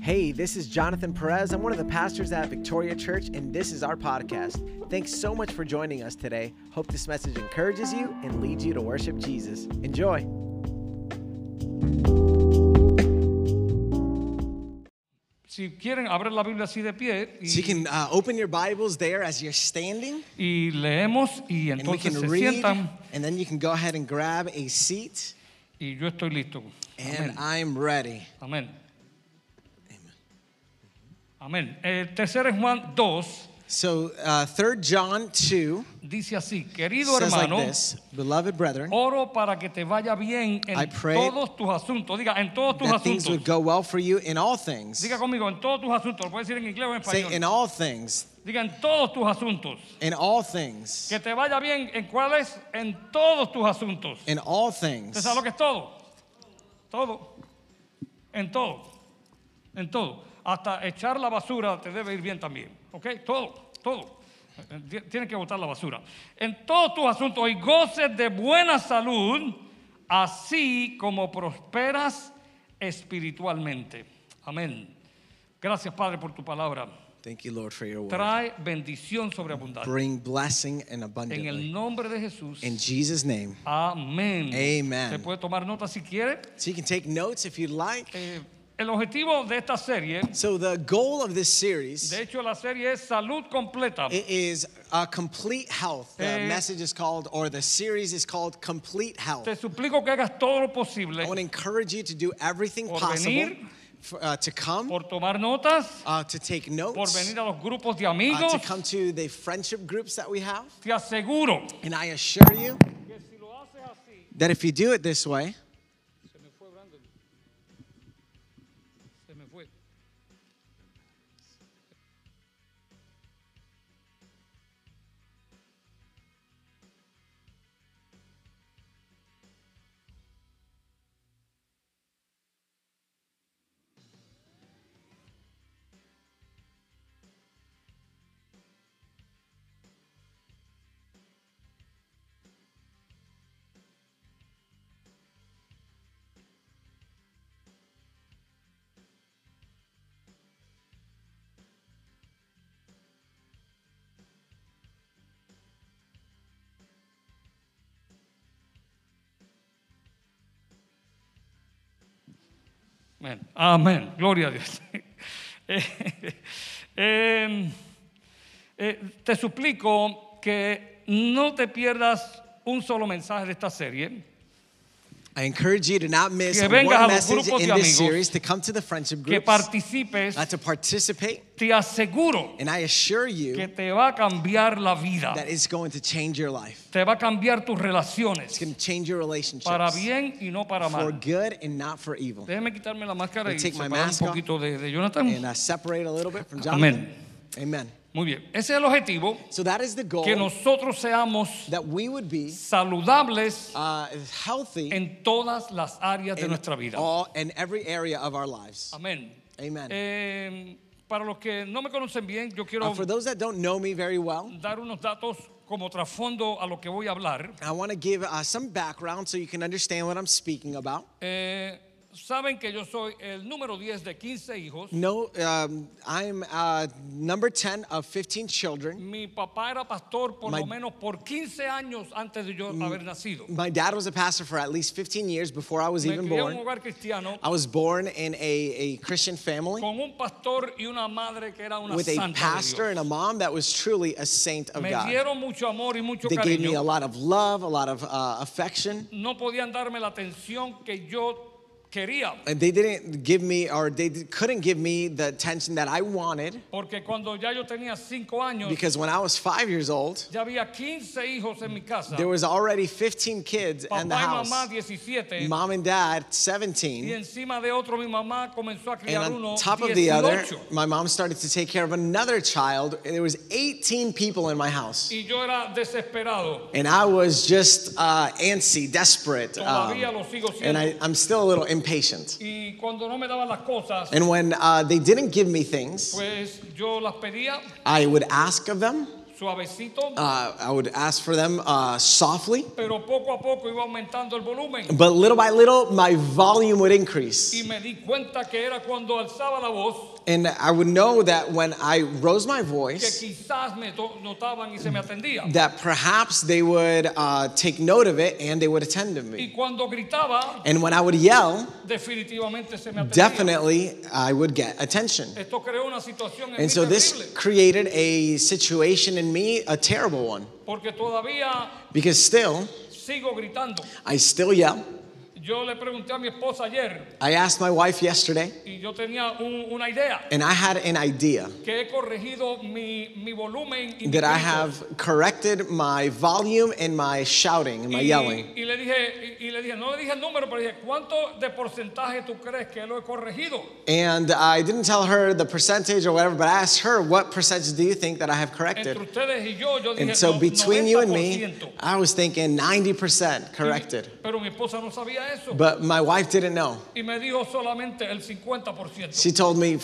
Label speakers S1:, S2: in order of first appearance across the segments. S1: Hey, this is Jonathan Perez. I'm one of the pastors at Victoria Church, and this is our podcast. Thanks so much for joining us today. Hope this message encourages you and leads you to worship Jesus. Enjoy.
S2: Si quieren, abren la Biblia así de pie
S1: So you
S2: y,
S1: can uh, open your Bibles there as you're standing,
S2: y leemos y
S1: and we
S2: entonces
S1: can
S2: se
S1: read,
S2: sientan
S1: and then you can go ahead and grab a seat.
S2: y yo estoy listo.
S1: And I'm ready.
S2: Amén.
S1: Amen.
S2: Amén. El tercer es Juan 2
S1: So, uh, 3 John 2
S2: dice así, querido
S1: says like
S2: hermano,
S1: this Beloved brethren,
S2: oro para que te vaya bien
S1: I
S2: en
S1: pray
S2: todos tus asuntos. Diga, en todos tus
S1: that things
S2: asuntos.
S1: would go well for you in all things.
S2: Diga conmigo, en todos tus asuntos. Lo puedes decir en inglés o en
S1: Say, in
S2: español.
S1: all things,
S2: Diga, en todos tus asuntos.
S1: in all things,
S2: Que te vaya bien en cuáles, en todos tus asuntos.
S1: in all
S2: ¿Usted
S1: things.
S2: sabe lo que es todo? Todo. En todo. En todo. Hasta echar la basura te debe ir bien también. ¿Ok? Todo. Todo. Eh, eh, Tienes que botar la basura. En todos tus asuntos y goces de buena salud, así como prosperas espiritualmente. Amén. Gracias, Padre, por tu palabra.
S1: Thank you, Lord, for your word.
S2: Trae bendición sobre abundancia.
S1: Bring blessing and
S2: En el
S1: abundantly.
S2: nombre de Jesús.
S1: In Jesus' name.
S2: Amén.
S1: Amen.
S2: Se puede tomar nota si quiere.
S1: So you can take notes if you'd like.
S2: Eh, el objetivo de esta serie,
S1: So the goal of this series
S2: de hecho la serie es salud completa.
S1: it is uh, complete health. The
S2: Eh.
S1: message is called, or the series is called Complete Health.
S2: Te suplico que hagas todo lo
S1: I
S2: posible
S1: want to encourage you to do everything
S2: Por
S1: possible
S2: venir.
S1: for, uh, to come,
S2: por tomar notas,
S1: uh, to take
S2: por
S1: notes,
S2: venir a los grupos de
S1: uh,
S2: amigos.
S1: to come to the friendship groups that we have.
S2: Te aseguro
S1: And I assure you
S2: que si lo haces así,
S1: that if you do it this way,
S2: se me fue Brandon. Se me fue. Amén. Amén. Gloria a Dios. Eh, eh, eh, te suplico que no te pierdas un solo mensaje de esta serie.
S1: I encourage you to not miss
S2: Que
S1: one
S2: vengas a los
S1: message
S2: grupos
S1: in
S2: de
S1: this
S2: amigos.
S1: series, to come to the friendship
S2: que
S1: groups,
S2: participes,
S1: uh, to participate.
S2: te aseguro
S1: And I assure
S2: que
S1: you
S2: te va a cambiar la vida,
S1: that it's going to change your life.
S2: te va a cambiar tus
S1: It's
S2: relaciones
S1: going to change your
S2: para
S1: relationships
S2: bien y no para
S1: for
S2: mal.
S1: good and not for evil.
S2: Déjeme quitarme la
S1: Let
S2: máscara y
S1: me take my
S2: separar
S1: mask
S2: un
S1: off.
S2: poquito de, de Jonathan.
S1: And uh, separate a little bit from Jonathan.
S2: Amén.
S1: Amen.
S2: Muy bien, ese es el objetivo,
S1: So that is the goal
S2: que nosotros seamos
S1: that we would be
S2: saludables
S1: uh, healthy
S2: en todas las áreas de
S1: in,
S2: nuestra vida.
S1: all, in every area of our lives.
S2: Amén.
S1: Amen.
S2: Eh, para los que no me conocen bien, yo
S1: Uh,
S2: quiero
S1: for those that don't know me very well,
S2: dar unos datos como trasfondo a lo que voy a hablar.
S1: I want to give uh, some background so you can understand what I'm speaking about.
S2: Eh, saben que yo soy el número 10 de 15 hijos.
S1: No, um, I'm uh, number 10 of 15 children.
S2: Mi papá era pastor por
S1: My- Mm,
S2: lo menos por 15 años antes de yo haber nacido.
S1: My dad was a pastor for at least 15 years before I was
S2: Me
S1: even
S2: crié en un
S1: born.
S2: hogar cristiano
S1: I was born in a, a Christian family
S2: con un pastor y una madre que era una
S1: with a
S2: santa de
S1: pastor
S2: Dios.
S1: and a mom that was truly a saint of
S2: Me
S1: God.
S2: dieron mucho amor y mucho
S1: They gave me a
S2: cariño.
S1: lot of love, a lot of uh, affection.
S2: No podían darme la atención que yo quería,
S1: And they didn't give me, or they d- couldn't give me the attention that I wanted
S2: porque cuando ya yo tenía 5 años,
S1: because when I was five years old,
S2: ya había 15 hijos en mi casa.
S1: there was already 15 kids
S2: Papá
S1: in
S2: y
S1: the house.
S2: mamá 17
S1: Mom and dad,
S2: y
S1: 17.
S2: encima de otro mi mamá comenzó a criar
S1: And
S2: uno
S1: on top of the other,
S2: 18.
S1: my mom started to take care of another child. There was 18 people in my house.
S2: Y yo era desesperado.
S1: And I was just uh, antsy, desperate.
S2: Todavía
S1: um,
S2: lo sigo
S1: and
S2: siendo.
S1: I, I'm still a little impatient.
S2: y cuando no me daban las cosas,
S1: And when uh, they didn't give me things,
S2: pues yo las pedía,
S1: I would ask of them.
S2: suavecito,
S1: Uh, I would ask for them uh, softly,
S2: pero poco a poco iba aumentando el volumen.
S1: but little by little, my volume would increase.
S2: Y me di cuenta que era cuando alzaba la voz
S1: And I would know that when I rose my
S2: que
S1: voice,
S2: quizás me to- notaban y se me atendía.
S1: that perhaps they would uh, take note of it and they would attend to
S2: Y
S1: me.
S2: cuando gritaba,
S1: And when I would yell,
S2: definitivamente se me atendía.
S1: definitely I would get attention.
S2: Esto creó una situación en mí
S1: And so this
S2: terrible,
S1: created a situation in me, a terrible one,
S2: porque todavía
S1: because still,
S2: sigo gritando.
S1: I still yell.
S2: Yo le pregunté a mi esposa ayer
S1: I asked my wife yesterday,
S2: y yo tenía un- una idea
S1: and I had an idea
S2: que he corregido mi, mi volumen y mi
S1: that I
S2: grito.
S1: have corrected my volume and my shouting and my
S2: y,
S1: yelling.
S2: y le dije, y, y le dije, no le dije el número, pero dije, ¿cuánto de porcentaje tú crees que lo he corregido?
S1: And I didn't tell her the percentage or whatever, but I asked her, what percentage do you think that I have
S2: Entre
S1: corrected?
S2: ustedes y yo, yo
S1: Este,
S2: dije,
S1: And so
S2: "No,
S1: between you and
S2: 90%".
S1: me,
S2: Y-
S1: I was thinking 90% corrected.
S2: Pero mi esposa no sabía eso.
S1: But my wife didn't know.
S2: y me dijo solamente el 50%.
S1: She told me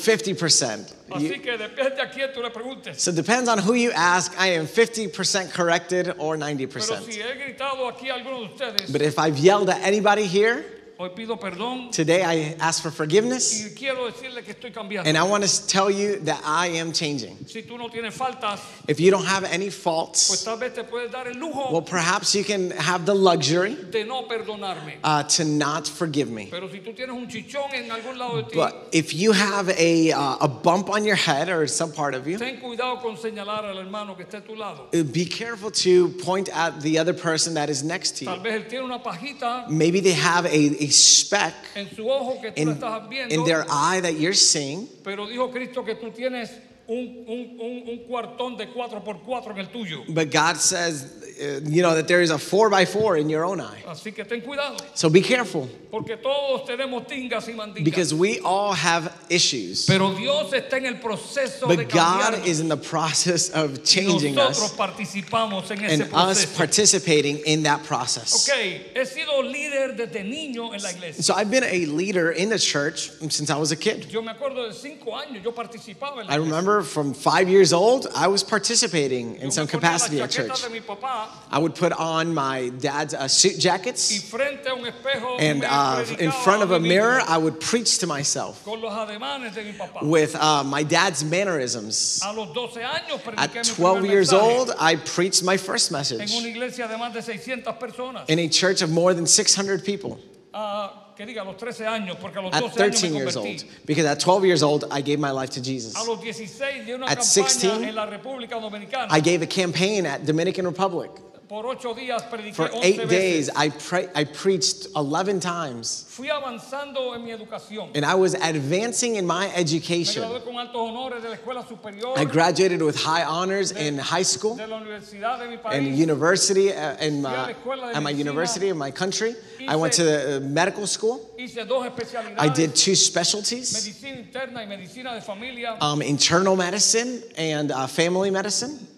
S1: 50%. You-
S2: Así que depende a quién tú le preguntes.
S1: so it depends on who you ask. I am 50% corrected or
S2: Pero si
S1: 90%.
S2: he gritado aquí a alguno de ustedes,
S1: But if I've yelled at anybody here,
S2: hoy pido perdón
S1: today I ask for forgiveness.
S2: y quiero decirle que estoy cambiando.
S1: And I want to tell you that I am changing.
S2: si tú no tienes faltas,
S1: If you don't have any
S2: pues
S1: faults,
S2: tal vez te puedes dar el lujo
S1: well, perhaps you can have the luxury
S2: de no perdonarme.
S1: uh, to not forgive me.
S2: Pero si tú tienes un chichón en algún lado de ti,
S1: But if you have a, uh, a bump on your head or some part of you,
S2: ten cuidado con señalar al hermano que está a tu lado.
S1: uh, be careful to point at the other person that is next to
S2: Tal
S1: you.
S2: vez él tiene una pajita
S1: Maybe they have a, a speck
S2: en su ojo que tú la
S1: in,
S2: estás viendo,
S1: in their eye that you're seeing,
S2: pero dijo Cristo que tú tienes un, un, un, un cuartón de 4x4 en el tuyo.
S1: but God says, uh, you know, that there is a four by four in your own eye.
S2: Así que ten cuidado,
S1: So be careful
S2: porque todos tenemos tingas y mandingas.
S1: because we all have issues.
S2: Pero Dios está en el proceso de
S1: But God
S2: cambiarnos.
S1: is in the process of changing
S2: Nosotros
S1: us
S2: participamos en ese
S1: and us
S2: proceso.
S1: participating in that process.
S2: ok, he sido líder desde niño en la iglesia.
S1: So I've been a leader in the church since I was a kid.
S2: Yo me acuerdo de cinco años, yo participaba en la
S1: I
S2: iglesia.
S1: remember from five years old, I was participating
S2: Yo
S1: in some
S2: me ponía
S1: capacity
S2: la
S1: at
S2: chaqueta
S1: church.
S2: de mi papá
S1: I would put on my dad's uh, suit
S2: y
S1: jackets,
S2: frente a un espejo
S1: and
S2: me
S1: uh,
S2: predicaba
S1: in front of
S2: a
S1: a
S2: mí mismo
S1: mirror, I would preach to myself
S2: con los ademanes de mi papá.
S1: with uh, my dad's mannerisms.
S2: a los 12 años prediqué
S1: At
S2: mi
S1: 12
S2: primer
S1: years
S2: mensaje
S1: old, I preached my first
S2: en una
S1: message
S2: iglesia de más de 600 personas.
S1: in a church of more than 600 people.
S2: Ah, que diga, a los 13 años, porque a los
S1: at
S2: 12 años me
S1: 13 years old
S2: convertí.
S1: because at 12 years old I gave my life to
S2: A
S1: Jesus.
S2: los 16 di una
S1: At
S2: campaña
S1: 16,
S2: en la República Dominicana.
S1: I gave a campaign at Dominican Republic.
S2: Por ocho días prediqué
S1: For
S2: 11
S1: eight
S2: veces.
S1: days I pre- I preached 11 times
S2: Fui avanzando en mi educación.
S1: and I was advancing in my
S2: Me
S1: education.
S2: gradué con altos honores de la escuela superior
S1: I graduated with high honors in high school
S2: de la universidad de mi
S1: and
S2: país.
S1: university uh, in my, at my university in my country. I went to the uh, medical school.
S2: Hice dos
S1: I
S2: especialidades,
S1: did two specialties.
S2: medicina interna y medicina de familia.
S1: Um, internal medicine and uh, family medicine.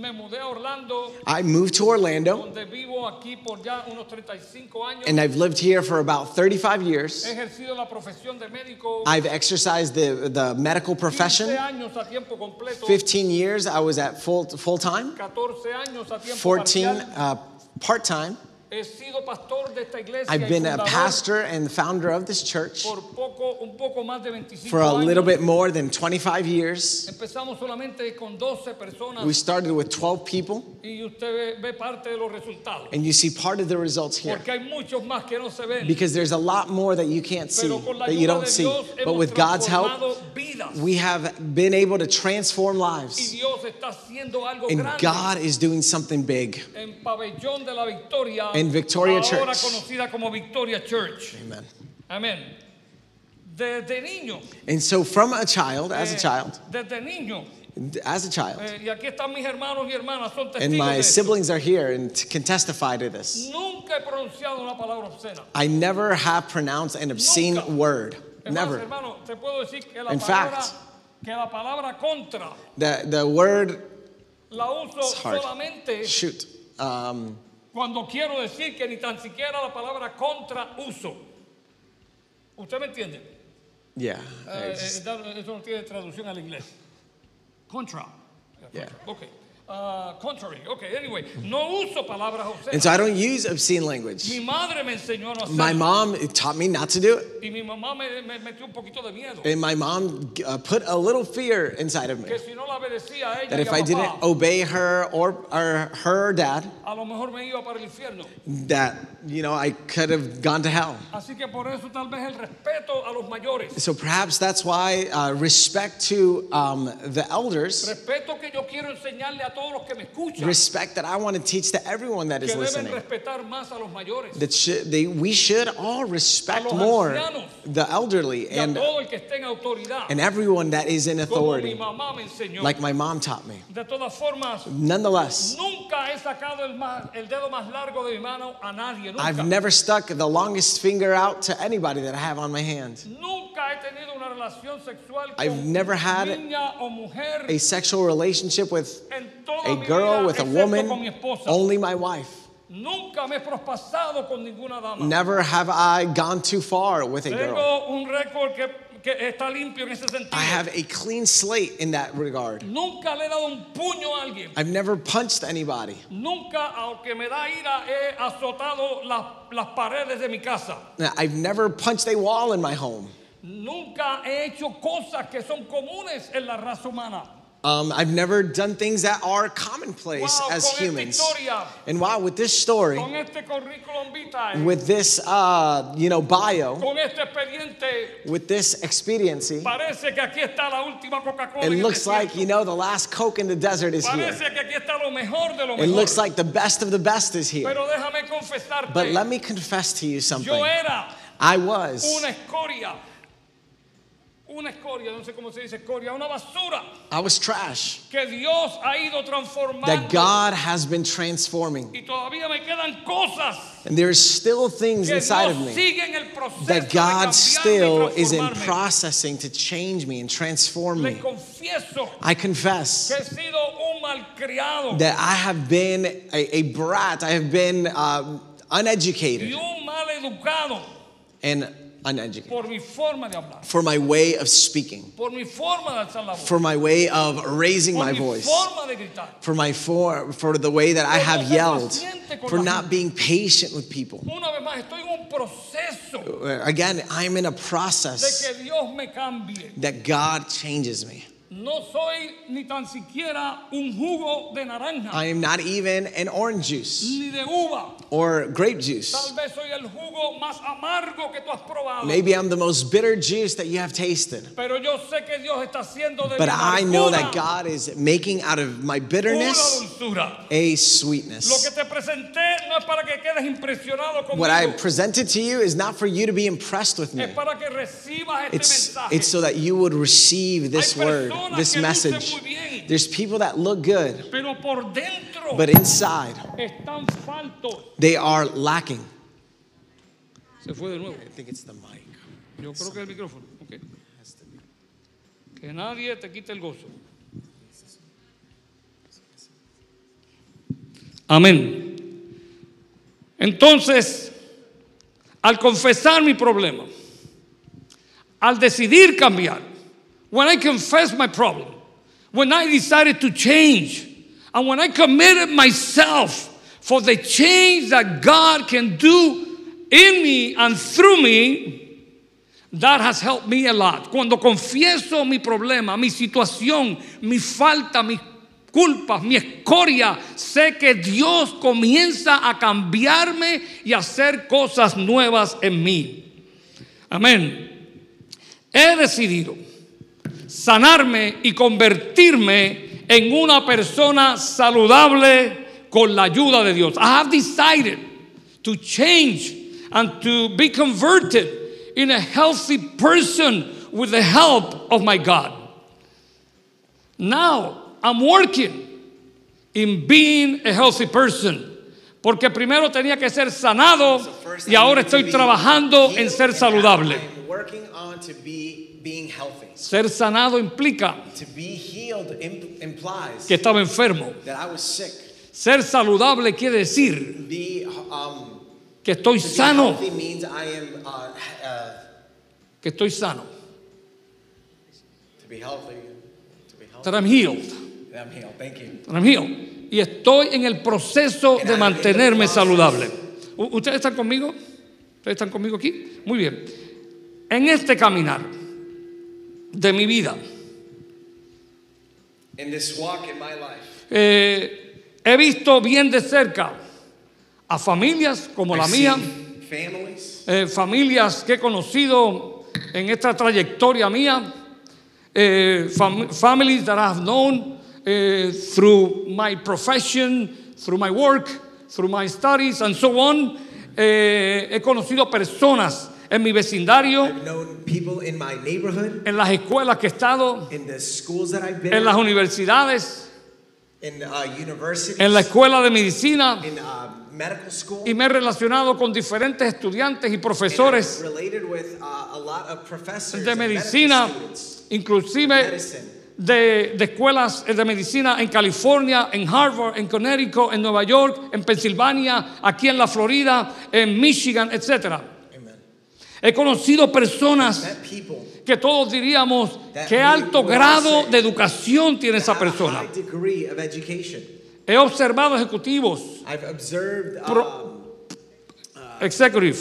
S2: Me mudé a Orlando,
S1: I moved to Orlando.
S2: donde vivo aquí por ya unos 35 años.
S1: and I've lived here for about 35 years.
S2: He ejercido la profesión de médico
S1: I've exercised the, the medical
S2: 15
S1: profession.
S2: años a tiempo completo,
S1: 15 years I was at full, full time,
S2: 14 años a
S1: 14
S2: tiempo parcial.
S1: uh, part time.
S2: He sido pastor de esta iglesia y
S1: I've been a
S2: fundador
S1: pastor and founder of this church
S2: por poco, un poco más de 25
S1: for a
S2: años.
S1: little bit more than 25 years.
S2: Empezamos solamente con 12 personas
S1: We started with 12 people,
S2: y usted ve, ve parte de los resultados.
S1: and you see part of the results here
S2: Porque hay muchos más que no se ven.
S1: because there's a lot more that you can't see,
S2: pero con la
S1: that
S2: ayuda
S1: you don't
S2: de
S1: see.
S2: Dios
S1: But
S2: hemos
S1: with God's help,
S2: transformado vidas.
S1: we have been able to transform
S2: y
S1: lives,
S2: Dios está haciendo algo
S1: and
S2: grande
S1: God is doing something big.
S2: en Pabellón de la Victoria,
S1: En Victoria
S2: ahora
S1: Church.
S2: conocida como Victoria Church.
S1: Amen.
S2: Amén. Desde niño,
S1: And so, from a child, as a
S2: eh,
S1: child,
S2: desde niño,
S1: as a child,
S2: eh, y aquí están mis hermanos y hermanas, son testigos
S1: and
S2: de
S1: my
S2: esto.
S1: siblings are here and t- can testify to this.
S2: Nunca he pronunciado una palabra obscena.
S1: I never have pronounced an obscene
S2: Nunca.
S1: word.
S2: Es más,
S1: Never.
S2: hermano, te puedo decir que la
S1: In
S2: palabra
S1: fact-
S2: que la palabra contra
S1: The, the word,
S2: la uso
S1: It's hard.
S2: solamente
S1: shoot, um,
S2: cuando quiero decir que ni tan siquiera la palabra contra uso. ¿Usted me entiende?
S1: yeah.
S2: Eh,
S1: I just-
S2: eh, da- eso no tiene traducción al inglés. Contra.
S1: Yeah.
S2: Ok. uh, contrary. Okay, anyway, no uso palabras
S1: And
S2: obscenas.
S1: so I don't use obscene language.
S2: Mi madre me enseñó a no
S1: My
S2: hacerlo.
S1: mom taught me not to do it.
S2: Y mi mamá me, me metió un poquito de miedo.
S1: And my mom uh, put a little fear inside of me
S2: Que si no la obedecía a ella
S1: that
S2: y
S1: if
S2: a
S1: I
S2: papá,
S1: didn't obey her or, or her dad,
S2: a lo mejor me iba para el infierno.
S1: that, you know, I could have gone to hell.
S2: Así que por eso tal vez el respeto a los mayores.
S1: So perhaps that's why uh, respect to um, the elders,
S2: Respeto que yo quiero enseñarle a todos los que me escuchan.
S1: respect that I want to teach to everyone that
S2: Que
S1: is
S2: deben
S1: listening.
S2: respetar más a los mayores.
S1: That should, they, we should all respect
S2: A los
S1: more
S2: ancianos.
S1: the elderly
S2: Y a
S1: and,
S2: todo el que esté en autoridad.
S1: and everyone that is in
S2: Como mi
S1: authority,
S2: mamá me enseñó.
S1: like my mom taught me.
S2: De todas formas,
S1: Nonetheless,
S2: nunca he sacado el, ma- el dedo más largo de mi mano a nadie. Nunca.
S1: I've never stuck the longest finger out to anybody that I have on my hand.
S2: Nunca he tenido una relación sexual con
S1: I've never had
S2: niña o mujer
S1: A sexual relationship with
S2: en toda
S1: a
S2: mi vida,
S1: girl, with a
S2: excepto
S1: woman,
S2: con mi esposa.
S1: only my wife.
S2: Nunca me he prospasado con ninguna dama.
S1: Never have I gone too far with a girl.
S2: Tengo un récord que, que está limpio en ese sentido.
S1: I have a clean slate in that regard.
S2: Nunca le he dado un puño a alguien.
S1: I've never punched anybody.
S2: Nunca, aunque me da ira, he azotado las, las paredes de mi casa.
S1: Now, I've never punched a wall in my home.
S2: Nunca he hecho cosas que son comunes en la raza humana.
S1: Um, I've never done things that are commonplace
S2: Wow,
S1: as
S2: con esta
S1: humans.
S2: historia.
S1: And wow, with this story,
S2: Con este currículum vitae,
S1: with this, uh, you know, bio,
S2: con este expediente,
S1: with this expediency,
S2: parece que aquí está la última Coca-Cola.
S1: it
S2: en el
S1: looks like,
S2: desierto.
S1: you know, the last Coke in the desert is here.
S2: parece que aquí está lo mejor de lo
S1: It
S2: mejor.
S1: looks like the best of the best is here.
S2: Pero déjame confesarte,
S1: But let me confess to you
S2: yo
S1: something.
S2: era
S1: I was.
S2: una escoria, una escoria, no sé cómo se dice escoria, una basura
S1: I was trash.
S2: que Dios ha ido transformando.
S1: That God has been transforming.
S2: Y todavía me quedan cosas
S1: And there's still things
S2: que
S1: inside of me
S2: Dios sigue en el proceso
S1: that
S2: de
S1: God
S2: cambiarme
S1: still
S2: y
S1: is in
S2: transformarme.
S1: processing to change me and transform
S2: Le
S1: me.
S2: confieso
S1: I
S2: que
S1: confess
S2: he sido un malcriado
S1: that I have been a, a brat, I have been um,
S2: y
S1: uneducated
S2: un mal educado
S1: and uneducated
S2: por mi forma de hablar,
S1: for my way of speaking,
S2: por mi forma de alzar la voz,
S1: for my way of raising
S2: por
S1: my
S2: mi
S1: voice.
S2: forma de gritar.
S1: for my for for the way that I
S2: Por no
S1: have
S2: ser
S1: yelled,
S2: paciente con
S1: for
S2: la
S1: not
S2: gente.
S1: being patient with people.
S2: Una vez más, estoy en un proceso de
S1: Again, I'm in a process
S2: que Dios me cambie.
S1: that God changes me.
S2: No soy ni tan siquiera un jugo de naranja
S1: I am not even an orange juice
S2: ni de uva.
S1: or grape
S2: Tal
S1: juice.
S2: vez soy el jugo más amargo que tú has probado.
S1: Maybe I'm the most bitter juice that you have tasted.
S2: Pero yo sé que Dios está haciendo de
S1: But
S2: mi
S1: I know that
S2: amargura
S1: God is making out of my
S2: una
S1: bitterness
S2: dulzura.
S1: a
S2: Lo que
S1: sweetness.
S2: te presenté no es para que quedes impresionado conmigo.
S1: What I presented to you is not for you to be impressed with
S2: es
S1: me.
S2: para que recibas este
S1: It's,
S2: mensaje.
S1: it's so that you would receive this
S2: Hay
S1: word,
S2: personas
S1: this
S2: que lucen
S1: message.
S2: muy bien,
S1: There's people that look good,
S2: pero por dentro
S1: but inside
S2: están faltos.
S1: they are lacking.
S2: Se fue de nuevo.
S1: I think it's the mic.
S2: Yo creo que el micrófono. Ok. Que nadie te quite el gozo. Amén. Entonces, al confesar mi problema, al decidir cambiar, when I confessed my problem, when I decided to change, and when I committed myself for the change that God can do in me and through me, That has helped me a lot. Cuando confieso mi problema, mi situación, mi falta, mis culpas, mi escoria, sé que Dios comienza a cambiarme y a hacer cosas nuevas en mí. Amén. He decidido sanarme y convertirme en una persona saludable con la ayuda de Dios. I have decided to change and to be converted in a healthy person with the help of my God. Now I'm working in being a healthy person. Porque primero tenía que ser sanado y ahora estoy trabajando en ser saludable.
S1: Working on to be being healthy.
S2: Ser sanado implica
S1: To be healed im- implies
S2: que estaba enfermo.
S1: that I was sick.
S2: Ser saludable quiere decir
S1: Be um,
S2: que estoy
S1: to be
S2: sano,
S1: healthy means I am uh, he- uh,
S2: que estoy sano.
S1: to be healthy. To be healthy.
S2: That I'm healed.
S1: I'm healed. Thank you.
S2: and I'm healed. Y estoy en el proceso de mantenerme saludable. U- ¿Ustedes están conmigo? ¿Ustedes están conmigo aquí? Muy bien. En este caminar de mi vida,
S1: In this walk in my life,
S2: eh, he visto bien de cerca a familias como la
S1: I've
S2: mía,
S1: seen families,
S2: eh, familias que he conocido en esta trayectoria mía, eh, fam- families that I have known eh, through my profession, through my work, through my studies and so on. Eh, he conocido personas en mi vecindario,
S1: I've known people in my neighborhood,
S2: en las escuelas que he estado,
S1: in the schools that I've been
S2: en las universidades,
S1: in, in uh, universities,
S2: en la escuela de medicina
S1: in uh, medical school,
S2: y me he relacionado con diferentes estudiantes
S1: and
S2: y
S1: I'm
S2: profesores
S1: related with uh, a lot of professors
S2: de
S1: and medical
S2: medicina,
S1: students,
S2: inclusive
S1: medicine.
S2: de, de escuelas de medicina en California, en Harvard, en Connecticut, en Nueva York, en Pensilvania, aquí en la Florida, en Michigan, etc.
S1: Amen.
S2: He conocido personas
S1: Met people
S2: que todos diríamos
S1: That
S2: qué
S1: we
S2: alto
S1: would
S2: grado
S1: say
S2: de educación tiene esa
S1: have a
S2: persona.
S1: high degree of education.
S2: He observado ejecutivos,
S1: I've observed
S2: Pro-
S1: um,
S2: executive,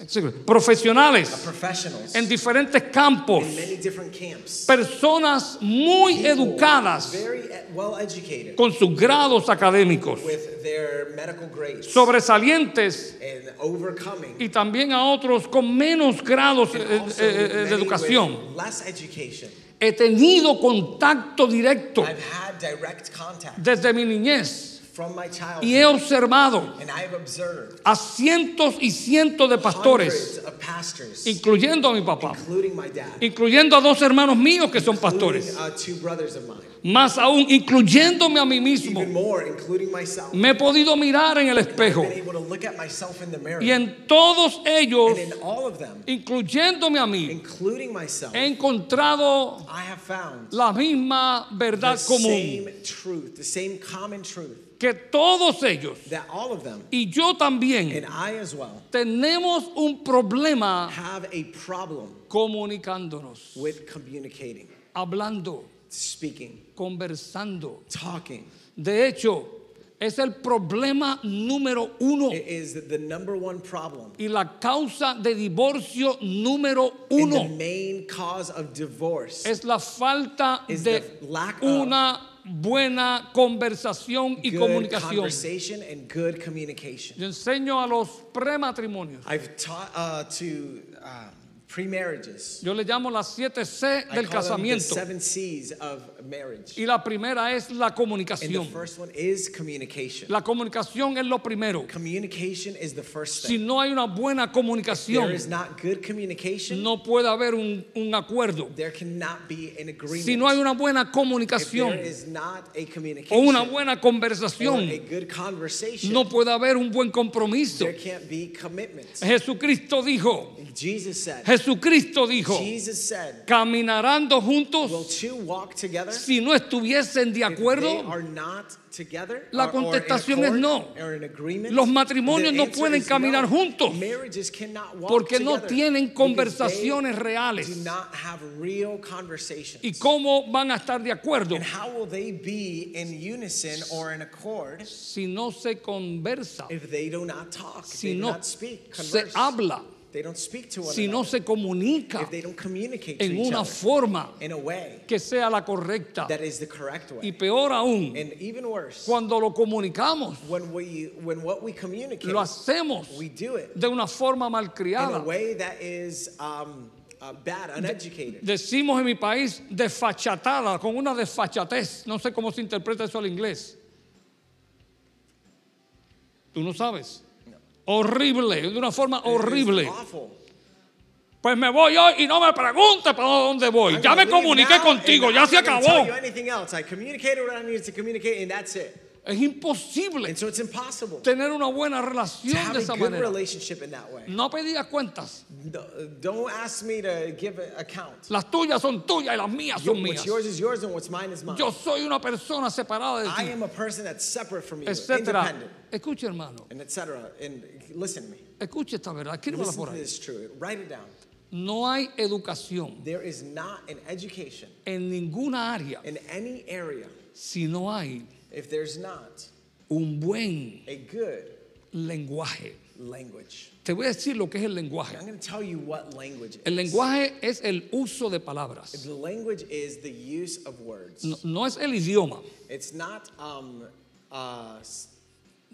S2: executive, profesionales
S1: professionals
S2: en diferentes campos,
S1: in many different camps.
S2: personas muy
S1: People
S2: educadas
S1: Very uh, well educated
S2: con sus grados académicos,
S1: with their medical grades
S2: sobresalientes
S1: and overcoming
S2: y también a otros con menos grados eh,
S1: and
S2: eh,
S1: also
S2: eh,
S1: many
S2: de educación.
S1: with less education.
S2: He tenido contacto directo
S1: I've had direct contact
S2: desde mi niñez
S1: from my
S2: y he
S1: childhood
S2: observado
S1: and I've observed
S2: a cientos y cientos de pastores,
S1: hundreds of pastors,
S2: incluyendo a mi papá,
S1: including my dad,
S2: incluyendo a dos hermanos míos que son
S1: including
S2: pastores,
S1: uh, two brothers of mine,
S2: más aún incluyéndome a mí mismo.
S1: even more, including myself.
S2: Me he podido mirar en el espejo
S1: Been able to look at myself in the mirror,
S2: y en todos ellos,
S1: and in all of them,
S2: incluyéndome a mí,
S1: including myself,
S2: he encontrado
S1: I have found
S2: la misma
S1: the
S2: verdad común.
S1: same truth, the same common truth
S2: que todos ellos
S1: that all of them,
S2: y yo también
S1: and I as well,
S2: tenemos un problema
S1: have a problem
S2: comunicándonos,
S1: with communicating,
S2: hablando,
S1: speaking,
S2: conversando.
S1: talking.
S2: De hecho, es el problema número uno
S1: It is the number one problem.
S2: y la causa de divorcio número
S1: And the
S2: uno
S1: main cause of divorce
S2: es la falta
S1: is
S2: de
S1: the lack of
S2: una buena conversación y
S1: good
S2: comunicación.
S1: conversation and good communication.
S2: Yo enseño a los prematrimonios.
S1: I've taught uh, to uh, pre-marriages.
S2: Yo le llamo las 7C
S1: I call them
S2: del
S1: the
S2: casamiento.
S1: seven C's of marriage.
S2: Y la primera es la
S1: And the
S2: comunicación.
S1: first one is communication.
S2: La comunicación es lo primero.
S1: Communication is the first
S2: Si
S1: thing.
S2: no hay una buena
S1: There
S2: comunicación,
S1: is not good communication.
S2: no puede haber un, un acuerdo.
S1: There cannot be an agreement.
S2: Si no hay una buena
S1: if there
S2: comunicación
S1: is not a
S2: o
S1: communication
S2: una buena
S1: or a
S2: conversación,
S1: good conversation,
S2: no puede haber un buen compromiso.
S1: there can't be commitment.
S2: Jesucristo dijo,
S1: Jesus said,
S2: Jesucristo dijo,
S1: Jesus said,
S2: caminarán dos
S1: will
S2: juntos
S1: two walk together?
S2: si no estuviesen de
S1: If they
S2: acuerdo.
S1: are not together,
S2: La
S1: or- or in
S2: contestación es
S1: accord,
S2: no.
S1: or in agreement,
S2: Los matrimonios
S1: the
S2: no
S1: answer
S2: pueden
S1: is
S2: caminar
S1: no.
S2: juntos
S1: Marriages cannot walk
S2: porque no
S1: together because
S2: tienen
S1: they
S2: conversaciones reales.
S1: do not have real conversations.
S2: ¿Y cómo van a estar de acuerdo
S1: And how will they be in unison or in accord
S2: si no se conversa?
S1: if they do not talk, if
S2: si
S1: they do
S2: no
S1: not speak,
S2: se
S1: converse,
S2: habla,
S1: they don't speak to one
S2: si no
S1: another,
S2: se comunica
S1: if they don't communicate to
S2: en
S1: each
S2: una
S1: other
S2: forma
S1: in a way
S2: que sea la correcta.
S1: that is the correct way.
S2: Y peor aún,
S1: and even worse,
S2: cuando lo comunicamos,
S1: when we when what we communicate,
S2: lo hacemos
S1: we do it
S2: de una forma
S1: in a
S2: malcriada.
S1: way that is um, uh, bad, uneducated.
S2: Decimos en mi país desfachatada, con una desfachatez. No sé cómo se interpreta eso al inglés. Tú no sabes. Horrible, de una forma
S1: It is
S2: horrible.
S1: awful.
S2: Pues me voy hoy y no me preguntes para dónde voy.
S1: I'm
S2: Ya
S1: gonna
S2: me
S1: leave
S2: comuniqué
S1: now
S2: contigo,
S1: and
S2: ya
S1: I'm
S2: se
S1: not gonna tell
S2: acabó.
S1: you anything else. I communicated what I needed to communicate, and that's it.
S2: Es imposible
S1: And so it's impossible
S2: tener una buena
S1: to
S2: relación
S1: have
S2: de
S1: a
S2: esa
S1: good
S2: manera.
S1: relationship in that way.
S2: No pedías cuentas.
S1: No- Don't ask me to give an account.
S2: Las tuyas son tuyas y las mías
S1: Yo-
S2: son mías.
S1: What's yours is yours, and what's mine is mine.
S2: Yo soy una persona separada de
S1: I
S2: ti,
S1: am a person that's separate from you,
S2: etcétera.
S1: independent,
S2: Escucha, hermano.
S1: and etc. And listen to me.
S2: Escucha esta verdad. Escríbala
S1: Listen
S2: por
S1: to
S2: ahí.
S1: this truth. Write it down.
S2: No hay educación
S1: There is not an education
S2: en ninguna área
S1: in any area
S2: si no hay
S1: if there's not
S2: un buen
S1: a good
S2: lenguaje.
S1: language.
S2: Te voy a decir lo que es el lenguaje.
S1: I'm going to tell you what language is.
S2: El lenguaje es el uso de palabras.
S1: The language is the use of words.
S2: No, no es el idioma.
S1: It's not um, uh, s-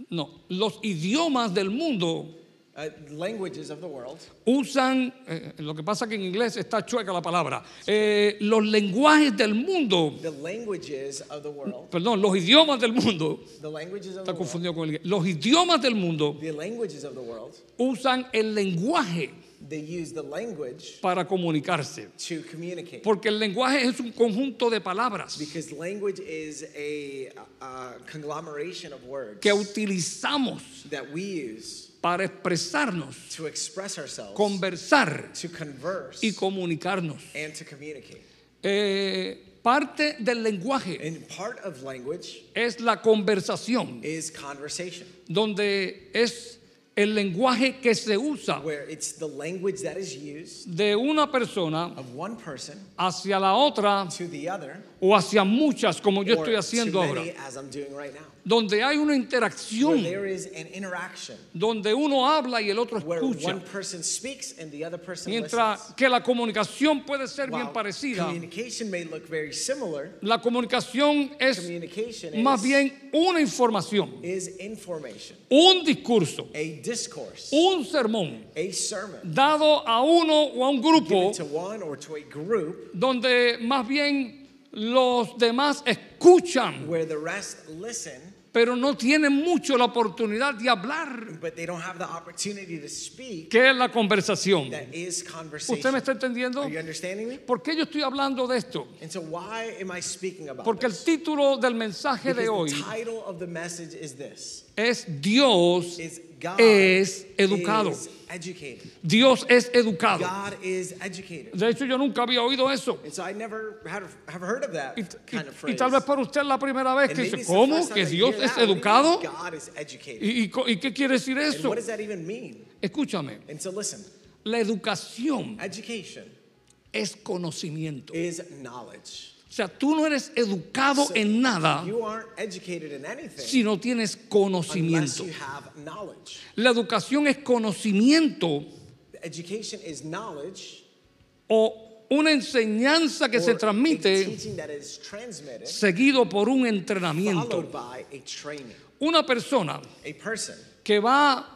S2: No. Los idiomas del mundo
S1: uh, languages of the world.
S2: usan, eh, lo que pasa que en inglés está chueca la palabra, Eh, los lenguajes del mundo,
S1: The languages of the world.
S2: perdón, los idiomas del mundo,
S1: The languages of the
S2: está
S1: world.
S2: confundido con el los idiomas del mundo
S1: The languages of the world.
S2: usan el lenguaje
S1: They use the language
S2: para comunicarse,
S1: to communicate.
S2: porque el lenguaje es un conjunto de palabras
S1: Because language is a uh, conglomeration of words
S2: que utilizamos
S1: that we use
S2: para expresarnos,
S1: to express ourselves,
S2: conversar
S1: to converse,
S2: y comunicarnos.
S1: and to communicate.
S2: Eh, parte del lenguaje
S1: And part of language
S2: es la conversación,
S1: is conversation,
S2: donde es el lenguaje que se usa
S1: where it's the language that is used
S2: de una persona
S1: of one person
S2: hacia la otra
S1: to the other,
S2: o hacia muchas, como yo
S1: or
S2: estoy haciendo
S1: to
S2: ahora,
S1: many, as I'm doing right now.
S2: donde hay una
S1: Where
S2: interacción,
S1: there is an interaction
S2: donde uno habla y el otro
S1: where
S2: escucha,
S1: one person speaks and the other person
S2: mientras
S1: listens.
S2: que la comunicación puede ser bien
S1: While
S2: parecida.
S1: communication may look very similar,
S2: La comunicación es
S1: communication
S2: más
S1: is-
S2: bien una información,
S1: is information,
S2: un discurso,
S1: a discourse,
S2: un sermón
S1: a sermon
S2: dado a uno o a un
S1: given
S2: grupo
S1: to one or to a group
S2: donde más bien los demás escuchan,
S1: where the rest listen,
S2: pero no tienen mucho la oportunidad de hablar,
S1: but they don't have the opportunity to speak.
S2: que es la conversación.
S1: That is
S2: ¿Usted me
S1: conversation.
S2: está entendiendo?
S1: Are you understanding me?
S2: ¿Por qué yo estoy hablando de esto?
S1: And so why am I speaking about
S2: Porque el
S1: this?
S2: título del mensaje
S1: Because
S2: de hoy
S1: the title of the message is this.
S2: es Dios
S1: Is God
S2: es educado.
S1: is educated.
S2: Dios es educado.
S1: God is educated.
S2: De hecho, yo nunca había oído eso.
S1: And so I never had, have heard of that
S2: Y,
S1: kind of
S2: y-
S1: phrase.
S2: y tal vez para usted es la primera vez
S1: And
S2: que
S1: maybe
S2: dice,
S1: it's the
S2: ¿cómo?
S1: first time
S2: ¿Que
S1: that you
S2: Dios
S1: hear
S2: es
S1: that. What do you mean
S2: educado?
S1: God is educated.
S2: ¿Y, y co- y qué quiere decir
S1: And
S2: eso?
S1: what does that even mean?
S2: Escúchame,
S1: And so listen,
S2: la educación
S1: education
S2: es conocimiento.
S1: is knowledge.
S2: O sea, tú no eres educado en nada
S1: You aren't educated in anything
S2: si no tienes
S1: unless
S2: conocimiento.
S1: you have knowledge.
S2: La educación es conocimiento
S1: Education is knowledge
S2: o una enseñanza que
S1: or
S2: se
S1: a
S2: transmite
S1: teaching that is transmitted
S2: seguido por un entrenamiento.
S1: followed by a training.
S2: Una persona
S1: A person
S2: que va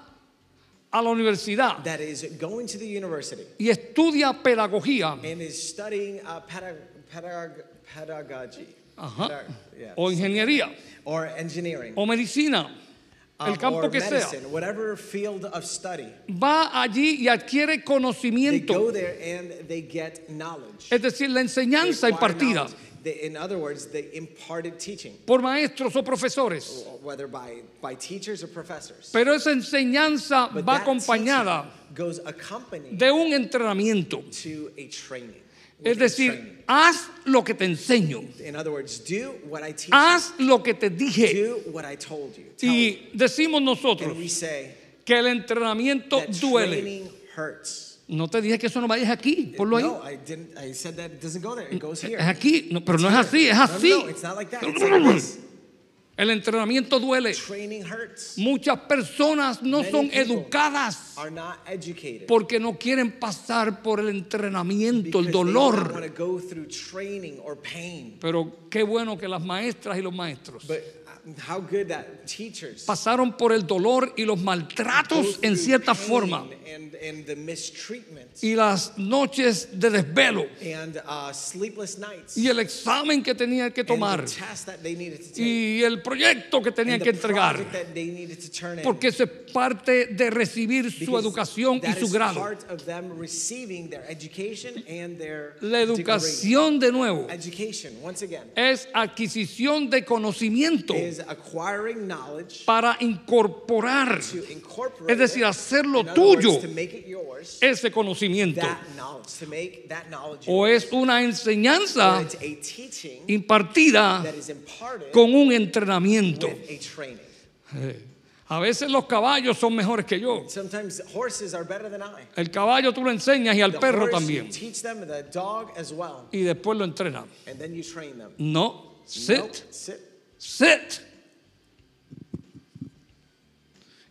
S2: a la universidad
S1: that is going to the university
S2: y estudia pedagogía
S1: and is studying uh, pedag- pedag- pedagogy
S2: ajá,
S1: Pedag- yeah.
S2: o ingeniería
S1: or engineering
S2: o medicina,
S1: um,
S2: el campo
S1: or
S2: que sea,
S1: medicine, whatever field of study.
S2: va allí y
S1: They
S2: adquiere
S1: go
S2: conocimiento,
S1: there and they get knowledge.
S2: es decir, la
S1: They
S2: enseñanza
S1: acquire
S2: impartida
S1: knowledge. They- in other words, they imparted teaching,
S2: por maestros o profesores.
S1: whether by, by teachers or professors.
S2: Pero esa enseñanza
S1: But
S2: va
S1: that
S2: acompañada
S1: teaching goes accompanied
S2: de un entrenamiento.
S1: to a training.
S2: Es
S1: with a training.
S2: decir, haz lo que te enseño,
S1: in other words, do what I teach. you.
S2: haz lo que te dije.
S1: Do what I told you. Tell you.
S2: Y decimos
S1: And
S2: nosotros
S1: we say
S2: que el entrenamiento
S1: that
S2: duele.
S1: training hurts.
S2: No te dije que eso no vayas aquí, ponlo ahí.
S1: No, I didn't. I said that it doesn't go there. It goes here.
S2: Es aquí, no, pero
S1: It's
S2: no es así,
S1: here.
S2: es
S1: No, No, no,
S2: así.
S1: it's not like that. It's like this.
S2: El entrenamiento duele.
S1: Training hurts.
S2: Muchas personas no
S1: Many
S2: son
S1: people
S2: educadas
S1: Are not educated.
S2: porque no quieren pasar por el entrenamiento,
S1: because
S2: el
S1: they don't want
S2: dolor.
S1: to go through training or pain.
S2: Pero qué bueno que las maestras y los maestros
S1: But um, how good that teachers
S2: pasaron por el dolor y los
S1: go
S2: maltratos
S1: through
S2: en cierta
S1: pain
S2: forma
S1: And, and the mistreatment
S2: y las noches de desvelo
S1: and uh, sleepless nights
S2: y el examen que tenían que tomar
S1: and the test that they needed to take
S2: y el proyecto que tenían
S1: and
S2: que
S1: the project
S2: entregar
S1: that they needed to turn in.
S2: porque eso es parte de recibir su
S1: Because
S2: educación y
S1: that
S2: su
S1: is
S2: grado.
S1: part of them receiving their education and their
S2: La
S1: degree.
S2: educación de nuevo
S1: Education, once again,
S2: es adquisición de conocimiento
S1: is acquiring knowledge
S2: para incorporar
S1: to incorporate
S2: Es decir,
S1: it.
S2: hacerlo
S1: In other words,
S2: tuyo.
S1: to make it yours,
S2: ese conocimiento.
S1: that knowledge, to make that knowledge
S2: O
S1: yours.
S2: es una
S1: Or
S2: enseñanza
S1: it's a teaching
S2: impartida
S1: that is imparted
S2: con un entrenamiento.
S1: with a training.
S2: A veces los caballos son mejores que yo.
S1: Sometimes horses are better than I.
S2: El caballo tú lo enseñas y al
S1: The
S2: perro
S1: horse, you
S2: también.
S1: teach them, the dog as well,
S2: Y después lo entrenas.
S1: and then you train them.
S2: No, Sit,
S1: Nope. Sit.
S2: sit.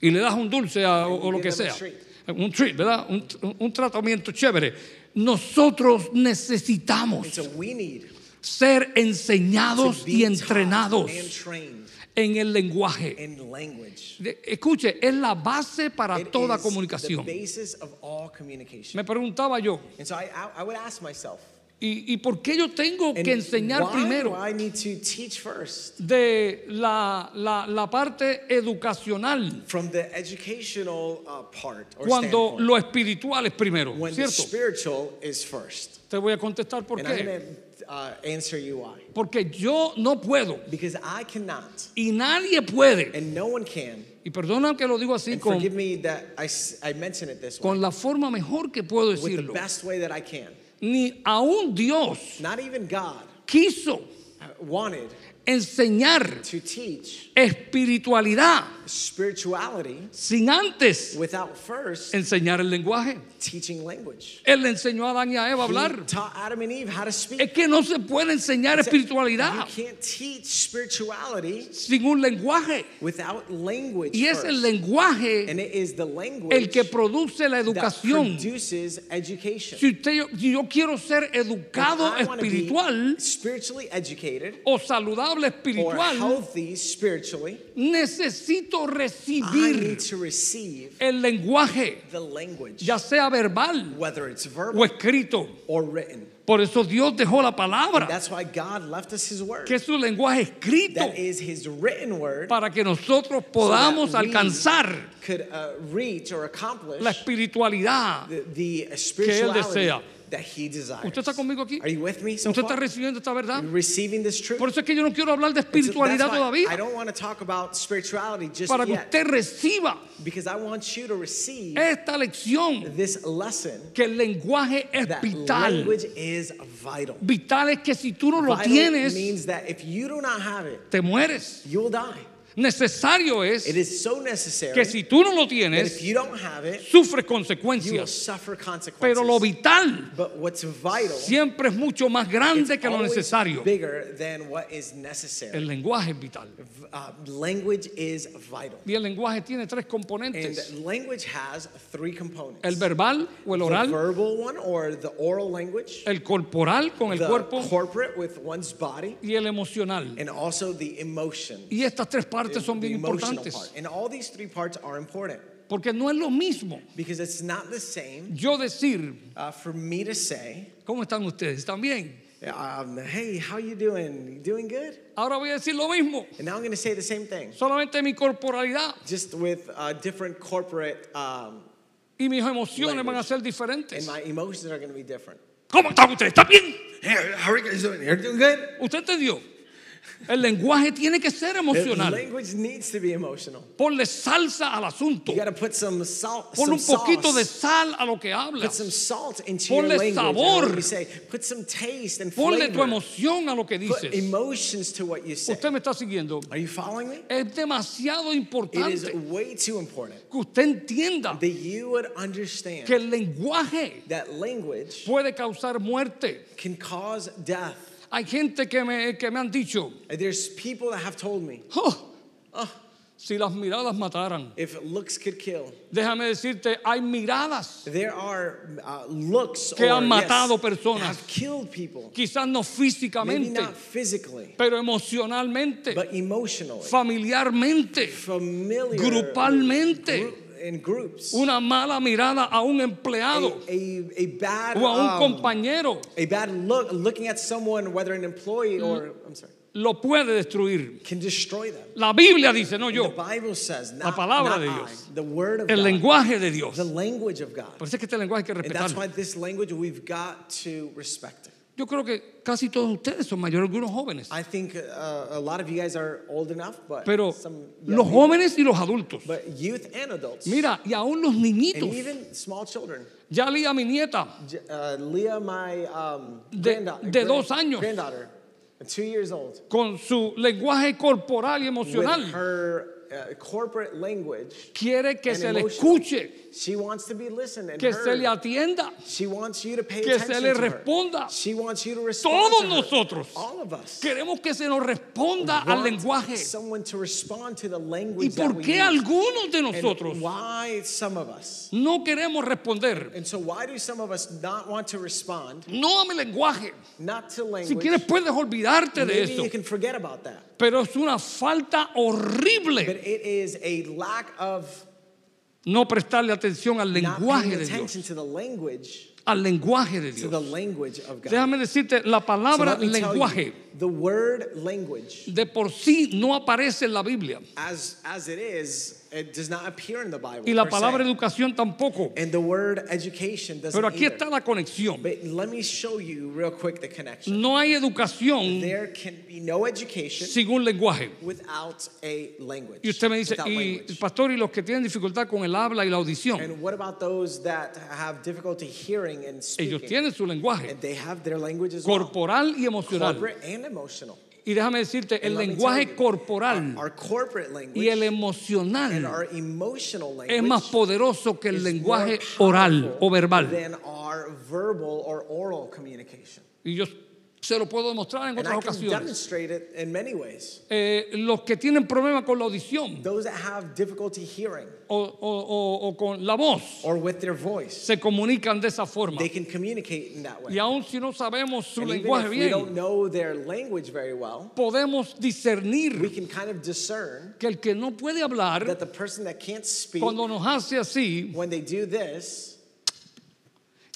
S2: Y le das un dulce a- o, o lo
S1: give
S2: que
S1: them a
S2: sea.
S1: treat.
S2: Un treat, ¿verdad? Un, un tratamiento chévere. Nosotros necesitamos
S1: And so we need
S2: ser
S1: to
S2: enseñados y
S1: be taught
S2: entrenados
S1: and trained
S2: en el lenguaje.
S1: in language.
S2: De- Escuche, es la base para
S1: It
S2: toda
S1: is
S2: comunicación.
S1: The basis of all communication.
S2: Me preguntaba yo,
S1: And so I, I, I would ask myself,
S2: ¿y, y por qué yo tengo
S1: and
S2: que enseñar
S1: why do
S2: primero
S1: I need to teach first
S2: de la, la- la parte educacional
S1: from the educational uh, part or
S2: cuando
S1: standpoint,
S2: lo espiritual es primero?
S1: when the
S2: ¿Cierto?
S1: spiritual is first?
S2: Te voy a contestar por
S1: And I'm going
S2: qué.
S1: to uh, answer you why.
S2: Porque yo no puedo
S1: Because I cannot,
S2: y nadie puede.
S1: and no one can,
S2: Y perdona que lo digo así
S1: and
S2: con,
S1: forgive me that I, s- I mention it this way,
S2: con la forma mejor que puedo
S1: with the
S2: decirlo.
S1: best way that I can.
S2: Ni aún Dios
S1: Not even God uh,
S2: quiso
S1: wanted
S2: enseñar
S1: to teach
S2: espiritualidad
S1: spirituality
S2: sin antes
S1: without first
S2: enseñar el lenguaje.
S1: teaching language.
S2: Él le enseñó a Adán y a Eva a
S1: He
S2: hablar.
S1: taught Adam and Eve how to
S2: Es
S1: speak.
S2: que no se puede enseñar
S1: You
S2: espiritualidad
S1: can't teach spirituality
S2: sin un lenguaje.
S1: without language.
S2: Y es
S1: first.
S2: el lenguaje
S1: and it is the language
S2: el que produce la
S1: that
S2: educación.
S1: produces education.
S2: Si, usted, yo- si yo quiero ser
S1: If
S2: educado
S1: I wanna be
S2: espiritual
S1: spiritually educated
S2: o saludable
S1: or
S2: espiritual,
S1: healthy spiritually,
S2: necesito
S1: I need
S2: recibir
S1: to receive
S2: el lenguaje,
S1: the language,
S2: ya sea verbal
S1: whether it's verbal
S2: o escrito.
S1: or written.
S2: Por eso Dios dejó la palabra,
S1: That's why God left us His word.
S2: que es su lenguaje escrito,
S1: That is His written word
S2: para que nosotros
S1: so that
S2: podamos
S1: we
S2: alcanzar
S1: could uh, reach or accomplish
S2: la espiritualidad.
S1: the, the spirituality
S2: desea.
S1: that He desires.
S2: ¿Usted está conmigo aquí?
S1: Are you with me so
S2: ¿Usted está
S1: far?
S2: recibiendo esta verdad?
S1: You receiving this truth?
S2: Por eso es que yo no quiero hablar de
S1: And so that's
S2: espiritualidad
S1: why I
S2: todavía,
S1: don't want to talk about spirituality just
S2: para que
S1: yet
S2: usted Eh. reciba
S1: because I want you to receive
S2: esta lección,
S1: this lesson
S2: que el lenguaje es
S1: that
S2: vital.
S1: language is vital.
S2: Vital es que si tú no lo
S1: Vital
S2: tienes,
S1: means that if you do not have it,
S2: te mueres.
S1: you'll die.
S2: Necesario
S1: It
S2: es
S1: is so necessary
S2: que si tú no lo
S1: that if
S2: tienes,
S1: you don't have it, you
S2: sufres
S1: will
S2: consecuencias.
S1: suffer consequences.
S2: Pero lo vital
S1: but what's vital
S2: siempre es mucho más
S1: is
S2: grande que lo
S1: always
S2: necesario.
S1: bigger than what is necessary.
S2: El lenguaje es vital.
S1: Uh, language is vital.
S2: Y el lenguaje tiene tres
S1: And
S2: componentes.
S1: language has three components.
S2: El verbal o el
S1: The
S2: oral,
S1: verbal one or the oral language.
S2: el corporal con el
S1: the
S2: cuerpo
S1: corporate with one's body.
S2: y el emocional.
S1: And also the emotion.
S2: Y estas tres partes son
S1: the
S2: bien
S1: emotional part.
S2: importantes.
S1: And all these three parts are important
S2: Porque no es lo mismo
S1: because it's not the same
S2: yo decir,
S1: uh, for me to say,
S2: ¿cómo están ustedes? ¿Están bien?
S1: um, hey, how you doing? You doing good?
S2: Ahora voy a decir lo mismo,
S1: And now I'm going to say the same thing,
S2: solamente mi corporalidad
S1: just with uh, different corporate, um,
S2: y mis emociones van a ser
S1: and
S2: diferentes.
S1: my emotions are going to be different.
S2: ¿Cómo están ustedes? ¿Están bien?
S1: Hey, how are you guys doing? You're doing good?
S2: ¿Usted entendió? El lenguaje tiene que ser
S1: The
S2: emocional.
S1: language needs to be emotional.
S2: Ponle salsa al asunto.
S1: You got to put some salt,
S2: Ponle un
S1: some
S2: poquito de
S1: sauce.
S2: sal a lo que habla.
S1: Put some salt into
S2: Ponle
S1: your language. and
S2: sabor.
S1: what you say. Put some taste and
S2: Ponle tu
S1: flavor.
S2: emoción a lo que
S1: Put
S2: dices.
S1: emotions to what you say.
S2: Usted me está siguiendo.
S1: Are you following me?
S2: Es demasiado
S1: It is
S2: importante
S1: way too important
S2: que usted entienda
S1: that you would understand
S2: que el lenguaje
S1: that language
S2: puede causar muerte.
S1: can cause death.
S2: Hay gente que me, que me han dicho,
S1: There's people that have told me,
S2: "Oh,
S1: oh,
S2: si las miradas mataran,
S1: if looks could kill,
S2: déjame decirte, hay miradas,
S1: there are uh, looks
S2: Que
S1: or,
S2: han matado
S1: yes,
S2: personas.
S1: have killed people.
S2: quizás no
S1: Maybe
S2: físicamente,
S1: not physically,
S2: pero emocionalmente,
S1: but emotionally,
S2: familiarmente,
S1: familiar,
S2: grupalmente.
S1: gru- in groups.
S2: una mala mirada a un empleado
S1: a, a, a bad
S2: o a un
S1: um,
S2: compañero
S1: a bad look looking at someone whether an employee or
S2: Mm.
S1: I'm sorry
S2: lo puede destruir.
S1: can destroy them
S2: La Biblia dice, no
S1: the
S2: yo,
S1: Bible says
S2: La
S1: not,
S2: palabra
S1: not
S2: de
S1: I,
S2: Dios.
S1: the word of
S2: el
S1: God
S2: lenguaje de Dios.
S1: the language of God
S2: Parece que este lenguaje hay que
S1: and that's
S2: respetarlo.
S1: why this language we've got to respect it
S2: Yo creo que casi todos ustedes son mayores, algunos jóvenes.
S1: I think uh, a lot of you guys are old enough but
S2: Pero
S1: some young
S2: los
S1: people-
S2: jóvenes y los adultos.
S1: but youth and adults
S2: Mira, y aún los
S1: and
S2: niñitos.
S1: even small children
S2: Ya Lía, mi nieta,
S1: J- uh, Leah my um,
S2: De-
S1: grandda-
S2: de dos años.
S1: granddaughter uh, two years old
S2: con su lenguaje corporal y
S1: with
S2: emocional,
S1: her uh, corporate language
S2: Quiere que
S1: and
S2: se le
S1: emotional.
S2: escuche,
S1: She wants to be listened and
S2: que se
S1: heard.
S2: le atienda.
S1: She wants you to pay
S2: que se
S1: attention
S2: le
S1: to her.
S2: responda.
S1: She wants you to respond
S2: Todos
S1: to her.
S2: nosotros
S1: All of us
S2: queremos que se nos responda al
S1: want
S2: lenguaje.
S1: someone to respond to the
S2: ¿Y
S1: language that
S2: por
S1: we
S2: qué
S1: use.
S2: algunos de
S1: And
S2: nosotros
S1: why some of us?
S2: no queremos responder?
S1: And so why do some of us not want to respond,
S2: No a mi lenguaje.
S1: not to
S2: Si
S1: language?
S2: quieres puedes olvidarte de
S1: Maybe
S2: eso.
S1: you can forget about that.
S2: Pero es una falta
S1: But
S2: horrible
S1: it is a lack of
S2: no prestarle atención al
S1: not
S2: lenguaje
S1: paying
S2: de Dios.
S1: attention to the language,
S2: Al lenguaje de
S1: to the
S2: Dios.
S1: language of God.
S2: Déjame decirte, la
S1: So
S2: palabra
S1: let me tell you,
S2: lenguaje
S1: the word language,
S2: de por sí no aparece en la Biblia.
S1: as as it is, it does not appear in the Bible.
S2: Y la
S1: per se.
S2: palabra educación tampoco.
S1: And the word education doesn't
S2: Pero aquí
S1: either.
S2: está la conexión.
S1: But let me show you real quick the connection.
S2: No hay educación
S1: There can be no education
S2: sin un lenguaje.
S1: without a language.
S2: Y usted me dice,
S1: without
S2: y
S1: language.
S2: pastor, y los que tienen dificultad con el habla y la audición,
S1: And what about those that have difficulty hearing and
S2: ellos
S1: speaking?
S2: tienen su lenguaje
S1: And they have their language as well.
S2: corporal y emocional.
S1: Corporate and emotional.
S2: Y déjame decirte, el
S1: And let me tell
S2: lenguaje
S1: you,
S2: corporal
S1: Our, our corporate language
S2: y el
S1: and
S2: emocional
S1: our emotional language
S2: es más poderoso que el
S1: is
S2: lenguaje
S1: more
S2: oral
S1: powerful
S2: o verbal.
S1: Than our verbal or oral communication.
S2: Y yo se lo puedo demostrar en
S1: And I
S2: otras
S1: can
S2: ocasiones.
S1: demonstrate it in many ways.
S2: Eh, los que tienen problemas con la audición
S1: Those that have difficulty hearing
S2: o, o- o- o con la voz
S1: or with their voice,
S2: se comunican de esa forma.
S1: they can communicate in that way.
S2: Y aun si no sabemos su
S1: And even
S2: lenguaje
S1: if we don't
S2: bien,
S1: know their language very well,
S2: podemos
S1: we
S2: discernir
S1: can kind of discern
S2: que el que no puede hablar,
S1: that the person that can't speak,
S2: cuando nos hace así,
S1: when they do this,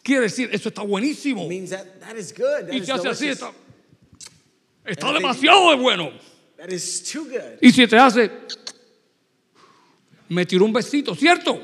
S2: quiere decir, eso está buenísimo.
S1: means that that is good. That
S2: Y
S1: is,
S2: te hace así,
S1: delicious.
S2: está, está
S1: And they-
S2: demasiado de bueno.
S1: that is too good.
S2: Y si te hace, me tiró un besito, ¿cierto?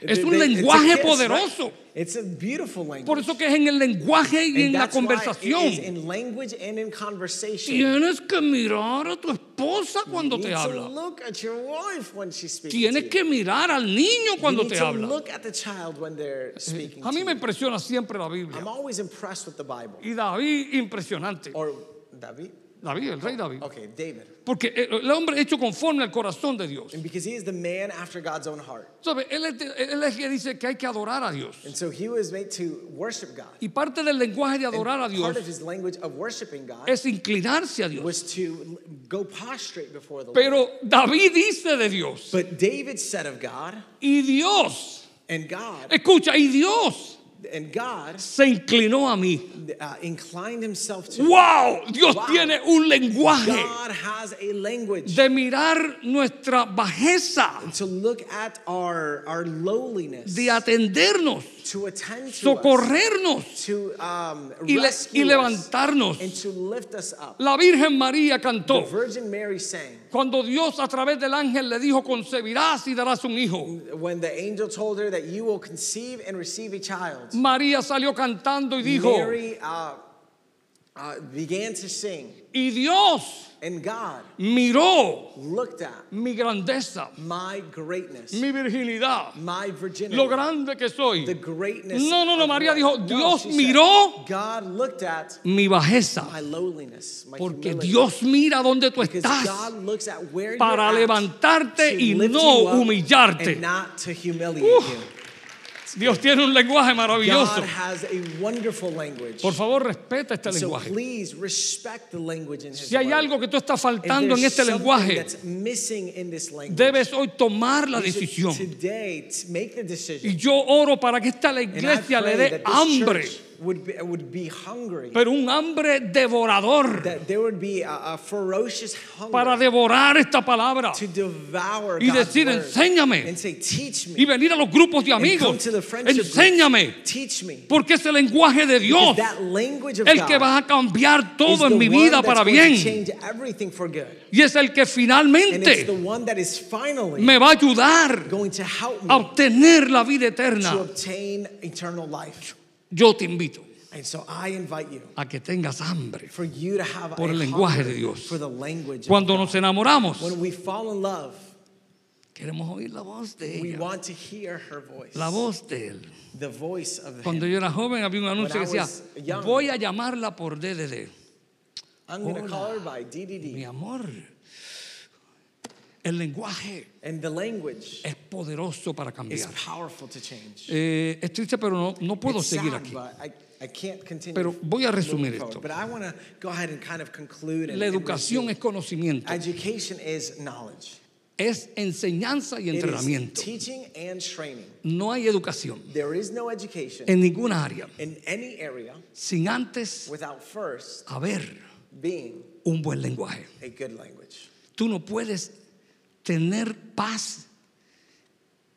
S2: Es
S1: They-
S2: un
S1: they- it's a
S2: lenguaje
S1: kiss,
S2: poderoso.
S1: right? It's a beautiful language.
S2: Por eso que es en el lenguaje y en
S1: And
S2: la
S1: that's why it is
S2: conversación.
S1: in language and in conversation.
S2: Tienes que mirar a tu esposa cuando
S1: you
S2: te
S1: need to
S2: habla.
S1: look at your wife when she's speaking. to
S2: Tienes
S1: you.
S2: que mirar al niño cuando
S1: you need
S2: te
S1: to
S2: habla.
S1: look at the child when they're speaking.
S2: A
S1: to
S2: mí
S1: you.
S2: me impresiona siempre la Biblia.
S1: I'm always impressed with the Bible.
S2: Y David, impresionante.
S1: Or David?
S2: David, el rey David.
S1: Okay, David.
S2: Porque eh, el hombre hecho conforme al corazón de Dios.
S1: And because he is the man after God's own heart.
S2: ¿Sabe? Él es, de- él es que dice que hay que adorar a Dios.
S1: And so he was made to worship God.
S2: Y parte del lenguaje de
S1: And
S2: adorar a
S1: part of
S2: Dios
S1: his language of worshiping God
S2: es inclinarse a Dios.
S1: was to l- go prostrate before the Lord.
S2: Pero David dice de Dios.
S1: But David said of God,
S2: Y Dios,
S1: and God,
S2: escucha, y Dios
S1: and God
S2: se inclinó a mí.
S1: uh, inclined himself to
S2: ¡Wow! Dios
S1: Wow.
S2: tiene un lenguaje
S1: God has a language
S2: de mirar nuestra bajeza,
S1: to look at our our lowliness,
S2: de atendernos,
S1: to attend to us,
S2: socorrernos
S1: to um,
S2: y, le- y
S1: rescue us,
S2: levantarnos.
S1: and to lift us up.
S2: La Virgen María
S1: The
S2: cantó.
S1: Virgin Mary sang
S2: Cuando Dios a través del ángel le dijo, concebirás y darás un hijo.
S1: when the angel told her that you will conceive and receive a child.
S2: María salió cantando y dijo,
S1: Mary uh, uh, began to sing,
S2: y Dios
S1: and God
S2: miró
S1: looked at
S2: mi grandeza,
S1: my greatness,
S2: mi virginidad,
S1: my virginity,
S2: lo grande
S1: the
S2: que soy.
S1: greatness.
S2: No, no, no,
S1: of
S2: María
S1: what-
S2: dijo,
S1: No,
S2: Dios
S1: she said,
S2: miró.
S1: God looked at
S2: Mi bajeza,
S1: my lowliness, my
S2: porque
S1: humility.
S2: Dios mira dónde tú
S1: Because
S2: estás
S1: God looks at where
S2: para
S1: you're at
S2: levantarte
S1: to
S2: y
S1: lift
S2: no
S1: you up
S2: humillarte.
S1: and not to humiliate
S2: Uf,
S1: you.
S2: Dios tiene un lenguaje maravilloso.
S1: God has a wonderful language.
S2: Por favor, respeta este
S1: so
S2: lenguaje.
S1: please respect the language in His
S2: Si hay
S1: word.
S2: algo que tú estás faltando
S1: If
S2: en
S1: there's
S2: este
S1: something
S2: lenguaje,
S1: that's missing in this language,
S2: debes hoy tomar la
S1: you should
S2: decisión.
S1: Today, t- make the
S2: Y
S1: decision.
S2: yo oro para que esta la
S1: And I
S2: iglesia le
S1: pray
S2: dé
S1: that this
S2: hambre,
S1: church Would be, would be hungry.
S2: pero un hambre devorador
S1: that there would be a, a ferocious hunger
S2: para devorar esta palabra
S1: to devour
S2: y
S1: God's
S2: decir,
S1: word.
S2: "Enséñame."
S1: And say, teach me.
S2: y venir a los grupos de
S1: And come
S2: amigos.
S1: to the friendship group.
S2: Enséñame,
S1: Teach me.
S2: porque es el lenguaje de Dios
S1: that language of
S2: el
S1: God
S2: que va a cambiar
S1: is
S2: todo
S1: the
S2: en mi
S1: one
S2: vida
S1: that's
S2: para
S1: going to
S2: bien.
S1: change everything for good.
S2: Y es el que
S1: And it's the
S2: finalmente
S1: one that is finally
S2: me va a ayudar
S1: going to help me
S2: a obtener la vida
S1: to
S2: eterna.
S1: obtain eternal life.
S2: Yo te invito
S1: And so I invite you
S2: a que tengas hambre.
S1: for you to have
S2: Por
S1: a
S2: el lenguaje
S1: hunger
S2: de Dios.
S1: for the language. of
S2: Cuando
S1: God.
S2: nos enamoramos,
S1: when we fall in love,
S2: queremos oír la voz de
S1: we
S2: ella,
S1: want to hear her voice.
S2: la voz de él.
S1: The voice of
S2: Cuando
S1: him.
S2: yo era joven había un anuncio que
S1: When I
S2: decía,
S1: was young.
S2: voy a llamarla por DDD.
S1: I'm going to
S2: Hola.
S1: call her by
S2: Mi
S1: DDD.
S2: amor, El lenguaje
S1: And the language
S2: es poderoso para
S1: is
S2: cambiar.
S1: powerful to change.
S2: Eh, es triste, pero no, no puedo
S1: It's
S2: seguir
S1: sad,
S2: aquí.
S1: but I, I can't continue
S2: Pero voy a resumir
S1: forward.
S2: esto.
S1: But I want to go ahead and kind of conclude. And,
S2: La
S1: and
S2: educación
S1: resume.
S2: es conocimiento,
S1: Education is knowledge.
S2: es enseñanza y
S1: It is
S2: entrenamiento.
S1: teaching and training.
S2: No hay educación
S1: There is no education
S2: en ninguna área
S1: in any area
S2: sin antes
S1: without first
S2: haber
S1: being
S2: un buen lenguaje.
S1: a good language.
S2: Tú no puedes tener paz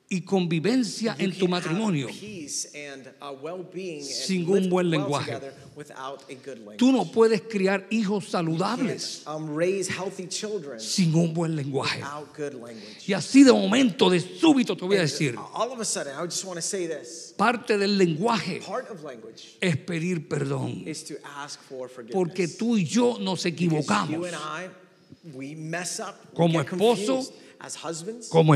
S2: y convivencia
S1: You
S2: en tu
S1: can't have
S2: matrimonio.
S1: Peace and uh, well-being
S2: Sin
S1: and
S2: un
S1: live
S2: buen
S1: well
S2: lenguaje.
S1: together without a good language.
S2: Tú no puedes criar hijos
S1: can't
S2: saludables
S1: um, raise healthy children
S2: sin un buen lenguaje.
S1: without good language.
S2: Y así de momento, de súbito, te voy a decir,
S1: All of a sudden, I just want to say this.
S2: parte del lenguaje
S1: Part of language
S2: es pedir perdón.
S1: is to ask for
S2: Porque
S1: forgiveness.
S2: tú y yo nos
S1: Because
S2: equivocamos.
S1: you and I, we mess up. we
S2: Como
S1: get confused
S2: esposo,
S1: as husbands,
S2: Como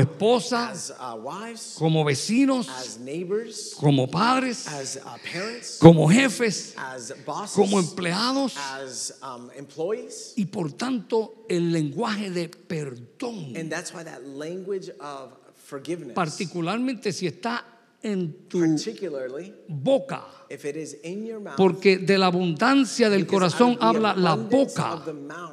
S1: as
S2: esposas,
S1: uh, wives,
S2: como vecinos,
S1: as neighbors,
S2: como padres,
S1: as uh, parents,
S2: como jefes,
S1: as bosses,
S2: como empleados.
S1: as um, employees.
S2: Y por tanto, el lenguaje de perdón,
S1: And that's why that language of forgiveness,
S2: particularmente si está en tu
S1: particularly
S2: boca.
S1: if it is in your mouth,
S2: Porque de la abundancia del
S1: because out
S2: corazón
S1: of the
S2: habla la
S1: abundance of
S2: boca,
S1: the mouth,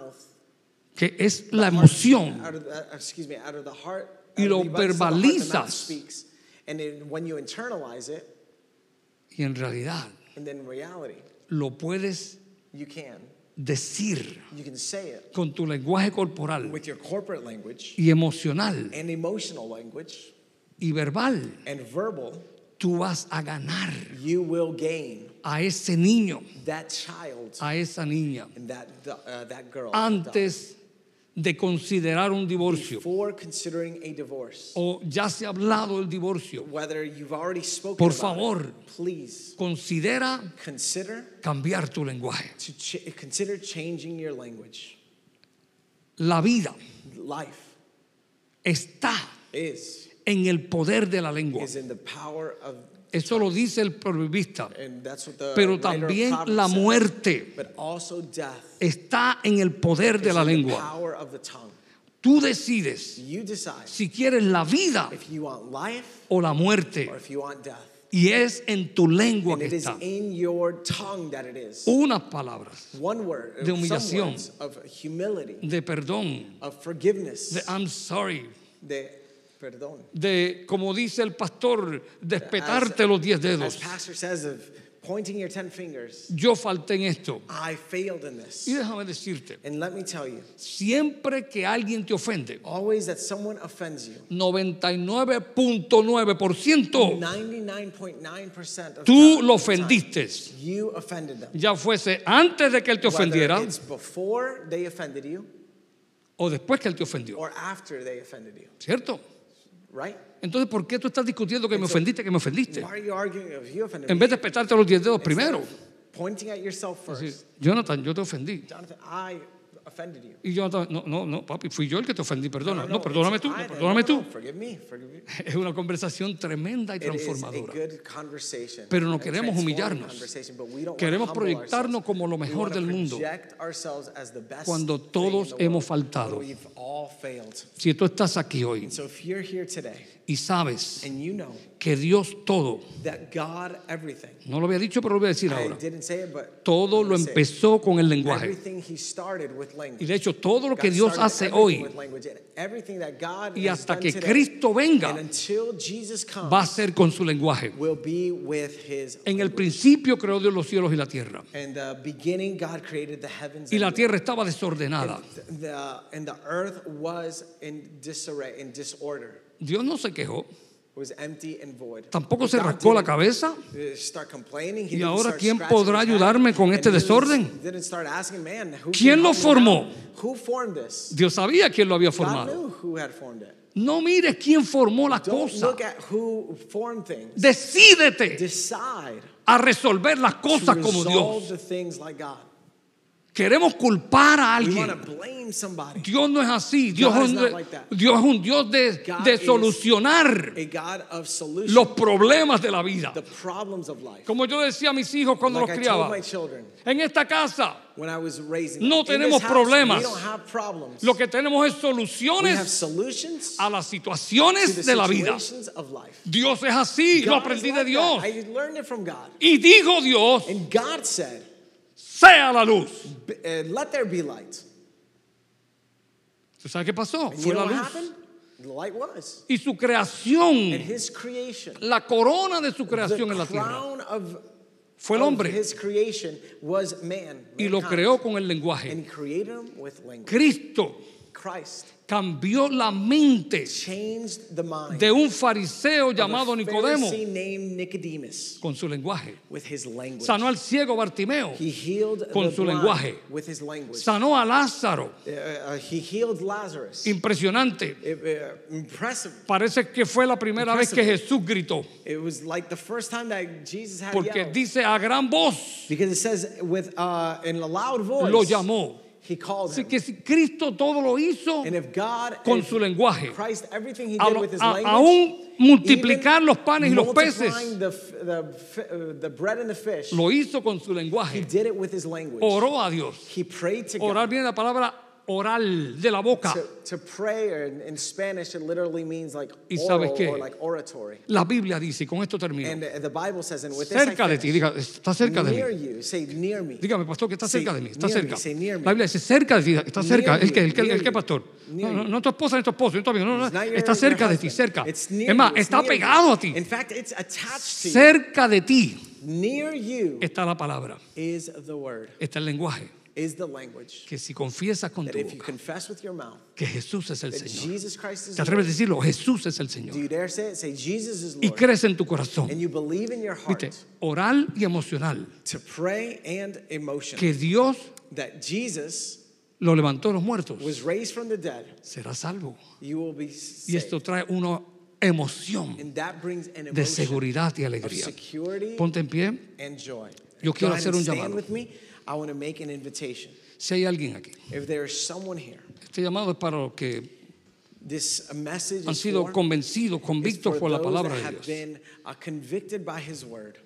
S2: que es la emoción.
S1: out of the- uh, excuse me, out of the heart,
S2: Y
S1: out
S2: lo
S1: of the abundance of the heart, the mouth
S2: verbalizas.
S1: speaks. And then when you internalize it,
S2: Y en realidad
S1: and then in reality,
S2: lo puedes
S1: you can.
S2: decir
S1: You can say it
S2: con tu lenguaje corporal
S1: with your corporate language
S2: y emocional
S1: and emotional language
S2: y verbal.
S1: and verbal,
S2: Tú vas a ganar
S1: you will gain
S2: a ese niño,
S1: that child
S2: a esa niña,
S1: and that uh, that girl
S2: antes de considerar un divorcio.
S1: before considering a divorce.
S2: O ya se ha hablado el divorcio.
S1: Whether you've already spoken
S2: Por
S1: about
S2: favor.
S1: it, please
S2: Considera
S1: consider
S2: cambiar tu lenguaje.
S1: to ch- consider changing your language.
S2: La vida
S1: Life
S2: está
S1: is
S2: en el poder de la lengua.
S1: is in the power of,
S2: Eso lo dice el proverbista.
S1: and that's what the
S2: Pero
S1: writer of
S2: también
S1: Proverbs
S2: la
S1: says.
S2: muerte
S1: but also death
S2: está en el poder de
S1: is
S2: la
S1: in the
S2: lengua.
S1: power of the tongue.
S2: Tú decides
S1: You decide
S2: si quieres la vida
S1: if you want life
S2: o la muerte.
S1: or if you want death.
S2: Y es en tu lengua
S1: And
S2: que
S1: it is
S2: está.
S1: in your tongue that it is.
S2: Unas palabras
S1: One word,
S2: Oh, de
S1: some
S2: humillación.
S1: words of humility,
S2: de perdón,
S1: of forgiveness,
S2: de I'm sorry,
S1: de perdón.
S2: de, como dice el pastor, despetarte los diez
S1: As
S2: dedos.
S1: Pastor says, of pointing your ten fingers,
S2: Yo falté en esto.
S1: I failed in this.
S2: Y déjame decirte,
S1: And let me tell you,
S2: siempre que alguien te ofende,
S1: always that someone offends you,
S2: 99.9%
S1: 99.9% of
S2: Oh. tú
S1: the time,
S2: lo ofendiste.
S1: you offended them.
S2: Ya fuese antes de que él te ofendiera
S1: Whether it's before they offended you
S2: o después que él te ofendió.
S1: or after they offended you,
S2: ¿Cierto?
S1: right?
S2: Entonces, ¿por qué tú estás discutiendo que me ofendiste, que me ofendiste?
S1: Why are you arguing if you offended
S2: En
S1: me?
S2: vez de petarte los diez dedos primero.
S1: Pointing at yourself first.
S2: Sí, Jonathan, yo te ofendí.
S1: Jonathan, I offended you.
S2: Y Jonathan, no, no, no, papi, fui yo el que te ofendí, perdona. No,
S1: it's
S2: perdóname tú,
S1: I
S2: no,
S1: then.
S2: perdóname
S1: No,
S2: tú.
S1: no, forgive me, forgive me.
S2: Es una conversación tremenda y
S1: It is a
S2: transformadora.
S1: good conversation,
S2: Pero no
S1: a
S2: queremos
S1: transforming
S2: humillarnos.
S1: conversation, but we don't wanna
S2: Queremos
S1: humble
S2: proyectarnos
S1: ourselves.
S2: como lo
S1: We
S2: mejor
S1: wanna
S2: del mundo.
S1: project ourselves as the best
S2: Cuando
S1: thing in
S2: todos
S1: the
S2: hemos
S1: world,
S2: faltado.
S1: when we've all failed.
S2: Si tú estás aquí hoy
S1: So if you're here today
S2: y sabes
S1: and you know
S2: que Dios todo,
S1: that God everything,
S2: no lo había dicho, pero lo voy a decir
S1: I
S2: ahora,
S1: didn't say it, but
S2: todo
S1: I'm
S2: lo
S1: gonna say it.
S2: empezó con el lenguaje.
S1: Everything he started with
S2: Y
S1: language.
S2: de hecho, todo lo que
S1: God
S2: Dios
S1: started
S2: hace
S1: everything
S2: hoy
S1: with language, and everything that God
S2: y
S1: has
S2: hasta
S1: done
S2: que
S1: today,
S2: Cristo venga
S1: and until Jesus comes,
S2: va a ser con su lenguaje.
S1: will be with his
S2: En el
S1: language.
S2: principio creó Dios los cielos y la tierra.
S1: In the uh, beginning God created the heavens
S2: Y la
S1: and the
S2: tierra estaba desordenada.
S1: earth. The- and the earth was in disarray in disorder.
S2: Dios no se quejó,
S1: It was empty and void.
S2: tampoco se
S1: God
S2: rascó la
S1: didn't,
S2: cabeza.
S1: uh, Start complaining. He
S2: ¿Y
S1: didn't
S2: ahora
S1: start
S2: quién
S1: scratching
S2: podrá
S1: his head.
S2: ayudarme con
S1: And
S2: este
S1: he didn't-
S2: desorden?
S1: didn't start asking, "Man, who
S2: ¿Quién
S1: can
S2: lo
S1: help me now?
S2: formó?
S1: Who formed this?
S2: Dios sabía quién lo había
S1: God
S2: formado.
S1: knew who had formed it.
S2: No mires quién formó la
S1: Don't
S2: cosa.
S1: look at who formed things.
S2: Decídete
S1: Decide
S2: a resolver las
S1: to
S2: cosas como
S1: resolve
S2: Dios.
S1: the things like God.
S2: Queremos culpar a
S1: We want to
S2: alguien.
S1: blame somebody.
S2: Dios no es así. Dios,
S1: God
S2: es
S1: is
S2: un-
S1: not like that.
S2: Dios es un Dios de,
S1: God
S2: de
S1: is-
S2: solucionar
S1: A God of solutions.
S2: los problemas de la vida.
S1: the problems of life.
S2: Como yo decía a mis hijos cuando
S1: Like
S2: los
S1: I told
S2: criaba,
S1: my children
S2: en esta casa
S1: when I was raising
S2: No
S1: them. In
S2: tenemos
S1: this house,
S2: problemas.
S1: We don't have problems.
S2: lo que tenemos es
S1: we have
S2: soluciones
S1: solutions
S2: a las
S1: to the
S2: situaciones de la vida.
S1: situations of life.
S2: Dios es así, lo
S1: God
S2: aprendí
S1: is
S2: de
S1: like
S2: Dios.
S1: that. I learned it from God.
S2: Y dijo Dios,
S1: And God said,
S2: sea la luz.
S1: "B- uh, let there be light.
S2: ¿Usted sabe qué pasó?
S1: And
S2: Fue
S1: you know
S2: la
S1: what
S2: luz.
S1: happened? The light was.
S2: Y su
S1: And
S2: creación,
S1: his creation,
S2: la corona de su creación en
S1: the
S2: la tierra,
S1: crown of,
S2: fue el
S1: of
S2: hombre.
S1: his creation was man.
S2: Y lo
S1: mankind.
S2: creó con el
S1: And
S2: lenguaje.
S1: he created him with language.
S2: Cristo
S1: Christ
S2: cambió la mente
S1: changed the mind
S2: de un fariseo llamado
S1: of a
S2: Nicodemo
S1: Pharisee named Nicodemus
S2: con su lenguaje.
S1: with his language.
S2: Sanó al ciego Bartimeo.
S1: He healed
S2: Con
S1: the
S2: su
S1: blind
S2: lenguaje.
S1: with his language.
S2: Sanó a Lázaro.
S1: Uh, uh, he healed Lazarus.
S2: Impresionante.
S1: It, uh, impressive.
S2: Parece que fue la primera vez que
S1: Impressive.
S2: Jesús gritó,
S1: It was like the first time that Jesus had
S2: porque
S1: yelled.
S2: dice a gran voz
S1: because it says with uh, in a loud voice
S2: lo llamó.
S1: he called
S2: Así
S1: him.
S2: que si Cristo todo lo hizo
S1: and if God
S2: con
S1: if
S2: su lenguaje,
S1: Christ everything he
S2: a-
S1: did with his
S2: a-
S1: language
S2: aún multiplicar
S1: even
S2: los panes y los
S1: multiplying
S2: peces.
S1: the, f- the, f- uh, the bread and the fish
S2: lo hizo con su
S1: he
S2: lenguaje,
S1: did it with his language
S2: oró a Dios.
S1: he prayed to God
S2: Orar viene de la palabra oral, de la boca.
S1: to, to pray or in, in Spanish it literally means like
S2: ¿Y
S1: oral
S2: sabes qué?
S1: or like oratory.
S2: La Biblia dice, y con esto termino,
S1: And uh, the Bible says, and with this I
S2: cerca de ti,
S1: finish,
S2: diga, está cerca de mí.
S1: near you, say near me.
S2: Dígame, pastor, que está
S1: Say,
S2: cerca de mí, está
S1: near me,
S2: cerca.
S1: say, near me.
S2: La Biblia dice, cerca de ti, está
S1: Near
S2: cerca. ¿El
S1: you,
S2: qué, el qué,
S1: near
S2: el qué,
S1: you,
S2: pastor?
S1: near
S2: No, no,
S1: you.
S2: no tu esposa, ni tu esposo, ni tu amigo. No, no,
S1: It's not your-
S2: está
S1: your
S2: cerca de ti,
S1: husband.
S2: cerca.
S1: It's near
S2: Es más,
S1: you, it's
S2: está
S1: near you.
S2: pegado a ti.
S1: In fact, it's attached to you.
S2: Cerca de ti
S1: Near you
S2: está la palabra,
S1: is the word,
S2: está el lenguaje.
S1: is the language.
S2: Que si confiesas con
S1: That
S2: tu
S1: if you
S2: boca
S1: confess with your mouth
S2: que Jesús es el
S1: that
S2: Señor,
S1: Jesus Christ is
S2: te
S1: Lord,
S2: atreves a decirlo, Jesús es el
S1: do
S2: Señor.
S1: you dare say it? Say Jesus is
S2: Y
S1: Lord.
S2: crees en tu corazón,
S1: And you believe in your heart
S2: viste, oral y emocional,
S1: to pray and emotion
S2: que Dios
S1: that Jesus
S2: lo levantó de los muertos,
S1: was raised from the dead.
S2: será salvo.
S1: You will be
S2: Y
S1: saved.
S2: esto trae una emoción
S1: And that brings an
S2: de
S1: emotion
S2: seguridad y
S1: of
S2: alegría.
S1: security
S2: Ponte en pie.
S1: and joy.
S2: Yo
S1: Go
S2: quiero
S1: ahead
S2: hacer
S1: and
S2: un
S1: stand
S2: llamado.
S1: with me. I want to make an invitation.
S2: Si hay alguien aquí,
S1: If there is someone here,
S2: este llamado es para los que
S1: this message
S2: han
S1: is
S2: sido
S1: for,
S2: convencidos,
S1: is
S2: convictos
S1: for
S2: por la
S1: those
S2: palabra
S1: that
S2: de
S1: have
S2: Dios.
S1: been uh, convicted by His word.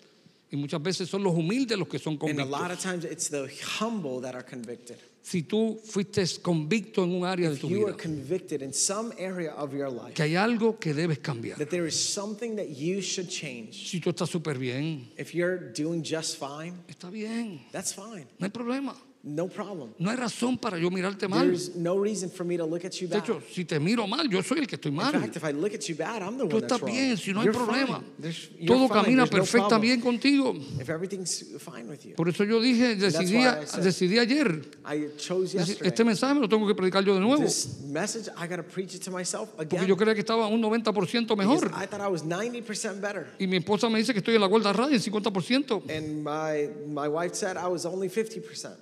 S2: Y muchas veces son los humildes los que son
S1: And a lot of
S2: convictos.
S1: times it's the humble that are convicted.
S2: Si tú fuiste convicto en un área de tu
S1: You are
S2: vida,
S1: convicted in some area of your life
S2: que hay algo que debes cambiar.
S1: that there is something that you should change.
S2: Si tú estás súper bien,
S1: If you're doing just fine,
S2: está bien,
S1: that's fine.
S2: no hay problema.
S1: No problem.
S2: No hay razón para yo mirarte mal.
S1: There's no reason for me to look at you
S2: De
S1: back.
S2: hecho, si te miro mal, yo soy el que estoy
S1: In
S2: mal.
S1: fact, if I look at you bad, I'm the
S2: Tú
S1: one
S2: estás
S1: that's
S2: bien,
S1: wrong.
S2: si no hay
S1: You're
S2: problema.
S1: fine. There's- you're
S2: Todo
S1: fine.
S2: camina
S1: There's no problem.
S2: perfectamente contigo.
S1: If everything's fine with you.
S2: Por eso yo dije, decidí, a-
S1: why I said-
S2: decidí ayer,
S1: I chose
S2: deci-
S1: yesterday.
S2: este mensaje me lo tengo que predicar yo de nuevo,
S1: This message, I got to preach it to myself
S2: porque
S1: again.
S2: yo creía que estaba un 90%
S1: because
S2: mejor.
S1: I thought I was 90% better.
S2: Y mi esposa me dice que estoy en la guarda radio en 50%.
S1: And my, my wife said I was only 50%.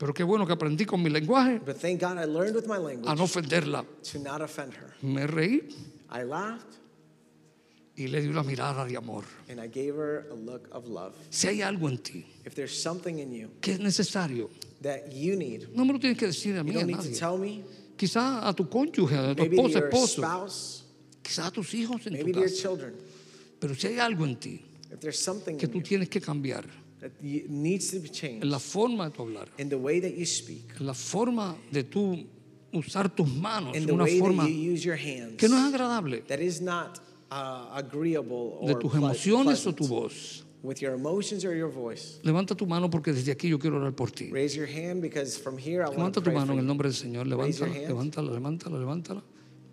S2: Pero qué bueno que aprendí con mi lenguaje
S1: But thank God I learned with my
S2: a
S1: language
S2: Ah, no ofenderla.
S1: to not offend her.
S2: Me reí
S1: I laughed
S2: y le di una mirada de amor.
S1: and I gave her a look of love.
S2: Si hay algo en ti
S1: If there's something in you
S2: que es necesario,
S1: that you need,
S2: no me lo tienes que decir a
S1: you
S2: mí, a
S1: don't need to
S2: nadie.
S1: tell me.
S2: Quizá a tu cónyuge, a tu
S1: Maybe to
S2: esposa,
S1: your
S2: esposo,
S1: spouse,
S2: quizá a tus hijos en
S1: maybe
S2: tu
S1: to your
S2: casa.
S1: children.
S2: Pero si hay algo en ti
S1: If there's something
S2: que
S1: in
S2: tú
S1: you
S2: tienes que cambiar,
S1: that you- needs to be changed
S2: en la forma de tu hablar,
S1: in the way that you speak,
S2: en la forma de tú usar tus manos,
S1: in
S2: de
S1: the
S2: una
S1: way
S2: forma
S1: that you use your hands,
S2: que no es agradable,
S1: that is not uh, agreeable or
S2: de tus
S1: ple-
S2: emociones o
S1: pleasant.
S2: tu voz.
S1: with your emotions or your voice.
S2: Levanta tu mano porque desde aquí yo quiero orar por ti.
S1: Raise your hand because from here I want to
S2: Levanta tu
S1: pray
S2: mano
S1: for
S2: en el
S1: you.
S2: nombre del Señor. Levántala,
S1: your hand.
S2: levántala, levántala, levántala.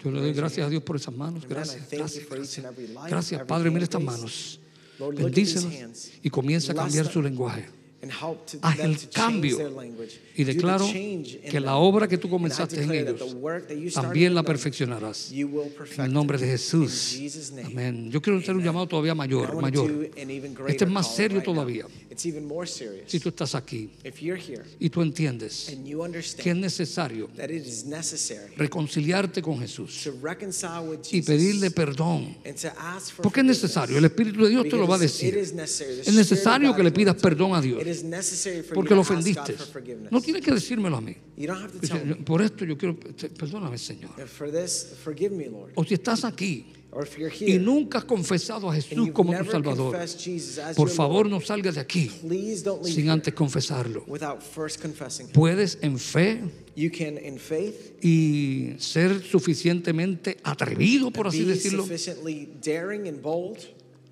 S2: Yo le doy gracias a Dios por esas manos.
S1: Amen. I
S2: Gracias,
S1: thank you
S2: gracias,
S1: for each and
S2: gracias.
S1: every life,
S2: Gracias,
S1: every
S2: Padre. Mira
S1: hand
S2: estas
S1: raised.
S2: manos.
S1: Lord, look at these
S2: Bendícelas
S1: hands.
S2: y comienza a
S1: Bless
S2: cambiar
S1: them.
S2: su lenguaje.
S1: And help to,
S2: Haz
S1: them
S2: el
S1: to change
S2: cambio
S1: their language.
S2: y
S1: Do the
S2: declaro
S1: change in
S2: que la
S1: them.
S2: obra que tú
S1: And I
S2: comenzaste en
S1: declare that
S2: ellos
S1: the work that you started
S2: también la
S1: in them,
S2: perfeccionarás.
S1: you will
S2: En
S1: perfect
S2: el nombre de
S1: it.
S2: Jesús.
S1: In Jesus' name.
S2: Amén. Yo quiero hacer un llamado todavía
S1: And I
S2: mayor,
S1: wanna
S2: mayor.
S1: do an even
S2: Este
S1: greater
S2: es más
S1: call
S2: serio
S1: right now.
S2: todavía.
S1: It's even more serious.
S2: Si tú estás aquí
S1: If you're here
S2: y tú entiendes
S1: and you
S2: que es
S1: understand
S2: necesario
S1: that it is necessary
S2: reconciliarte con Jesús
S1: to reconcile with
S2: y pedirle
S1: Jesus
S2: perdón,
S1: and to ask for
S2: porque es
S1: forgiveness,
S2: necesario, el Espíritu de Dios te lo va a
S1: because it
S2: decir.
S1: is necessary. The
S2: Es necesario
S1: Spirit
S2: que le
S1: of God
S2: pidas
S1: will tell
S2: perdón a
S1: you. It
S2: Dios
S1: is necessary for
S2: porque
S1: you to
S2: lo
S1: ask God
S2: ofendiste.
S1: for forgiveness.
S2: No tienes que decírmelo a mí.
S1: You don't have to tell me.
S2: Por esto yo quiero, perdóname Señor.
S1: For this, forgive me, Lord.
S2: O si estás aquí
S1: Or if you're
S2: y
S1: here
S2: nunca has confesado a
S1: and
S2: Jesús
S1: you've
S2: como tu
S1: never
S2: Salvador,
S1: confessed Jesus as
S2: por
S1: your
S2: favor
S1: Lord,
S2: no salgas de aquí
S1: please don't leave
S2: sin
S1: here
S2: antes confesarlo.
S1: without first confessing Him.
S2: Puedes en fe
S1: You can, in faith,
S2: y ser suficientemente atrevido, por así
S1: be
S2: decirlo,
S1: sufficiently daring and bold.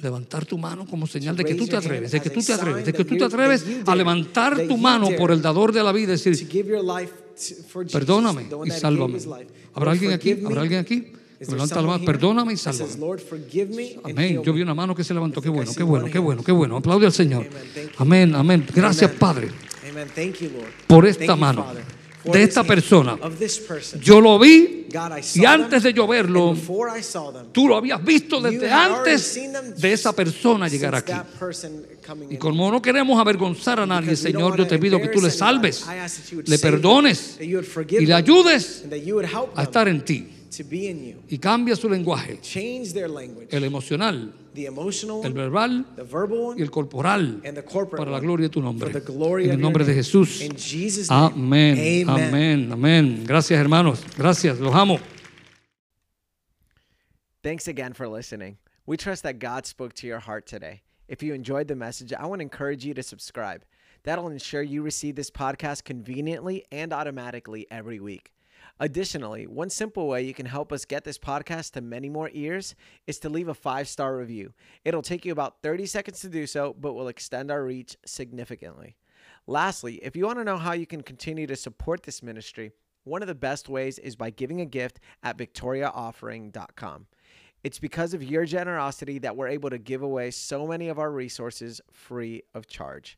S2: levantar tu mano como señal de
S1: To
S2: que tú
S1: raise
S2: te
S1: your hand
S2: atreves, de que
S1: as
S2: tú
S1: a
S2: te atreves, de que
S1: sign
S2: tú
S1: that
S2: te
S1: you-
S2: atreves
S1: that you
S2: a
S1: dare,
S2: levantar
S1: that
S2: tu
S1: you
S2: mano
S1: dare
S2: por el dador de la vida y
S1: to
S2: decir,
S1: give your life to, for Jesus,
S2: perdóname
S1: the one
S2: y
S1: that gave
S2: sálvame.
S1: his life.
S2: ¿Habrá
S1: Lord,
S2: alguien aquí?
S1: forgive me.
S2: ¿Habrá alguien aquí?
S1: Is there
S2: Levanta la
S1: someone
S2: mano,
S1: here
S2: perdóname y
S1: that says,
S2: sálvame.
S1: Lord, forgive me and
S2: Amén.
S1: heal
S2: Yo
S1: me"?
S2: vi una mano que se levantó. Qué
S1: I think I
S2: bueno,
S1: see
S2: qué bueno,
S1: one
S2: qué
S1: hand.
S2: bueno, qué bueno. Aplaude al Señor.
S1: Amen. Thank you.
S2: Amén, amén. Gracias,
S1: Amen.
S2: Padre.
S1: Amen. Thank you, Lord.
S2: Por esta
S1: Thank you,
S2: mano,
S1: Father, for
S2: de
S1: this
S2: esta
S1: hand,
S2: persona.
S1: of this person.
S2: Yo lo vi
S1: God, I saw
S2: y antes de
S1: them,
S2: yo verlo,
S1: and before I saw them,
S2: tú lo habías visto
S1: You
S2: desde
S1: had already
S2: antes
S1: seen them
S2: de esa persona
S1: since
S2: llegar aquí.
S1: that person coming
S2: Y
S1: in.
S2: como no queremos avergonzar a nadie,
S1: Because we don't
S2: Señor, yo
S1: wanna
S2: te pido que tú le
S1: embarrass anybody,
S2: salves,
S1: I ask that you would
S2: le
S1: save them,
S2: perdones
S1: that you would forgive
S2: y le
S1: them,
S2: ayudes
S1: and that you would help
S2: a
S1: them
S2: estar en ti.
S1: to be in you.
S2: Y cambia su lenguaje,
S1: Change their language,
S2: el emocional,
S1: the emotional one,
S2: el verbal
S1: the verbal one,
S2: y el corporal,
S1: and the corporate
S2: para la
S1: one,
S2: gloria de tu nombre.
S1: for the glory
S2: En
S1: of
S2: el
S1: your
S2: nombre de
S1: name.
S2: Jesús.
S1: In Jesus' name,
S2: Amén,
S1: amen.
S2: amén, amén. Gracias hermanos, gracias, los amo.
S3: Thanks again for listening. We trust that God spoke to your heart today. If you enjoyed the message, I want to encourage you to subscribe. That'll ensure you receive this podcast conveniently and automatically every week. Additionally, one simple way you can help us get this podcast to many more ears is to leave a five star review. It'll take you about 30 seconds to do so, but will extend our reach significantly. Lastly, if you want to know how you can continue to support this ministry, one of the best ways is by giving a gift at victoriaoffering.com. It's because of your generosity that we're able to give away so many of our resources free of charge.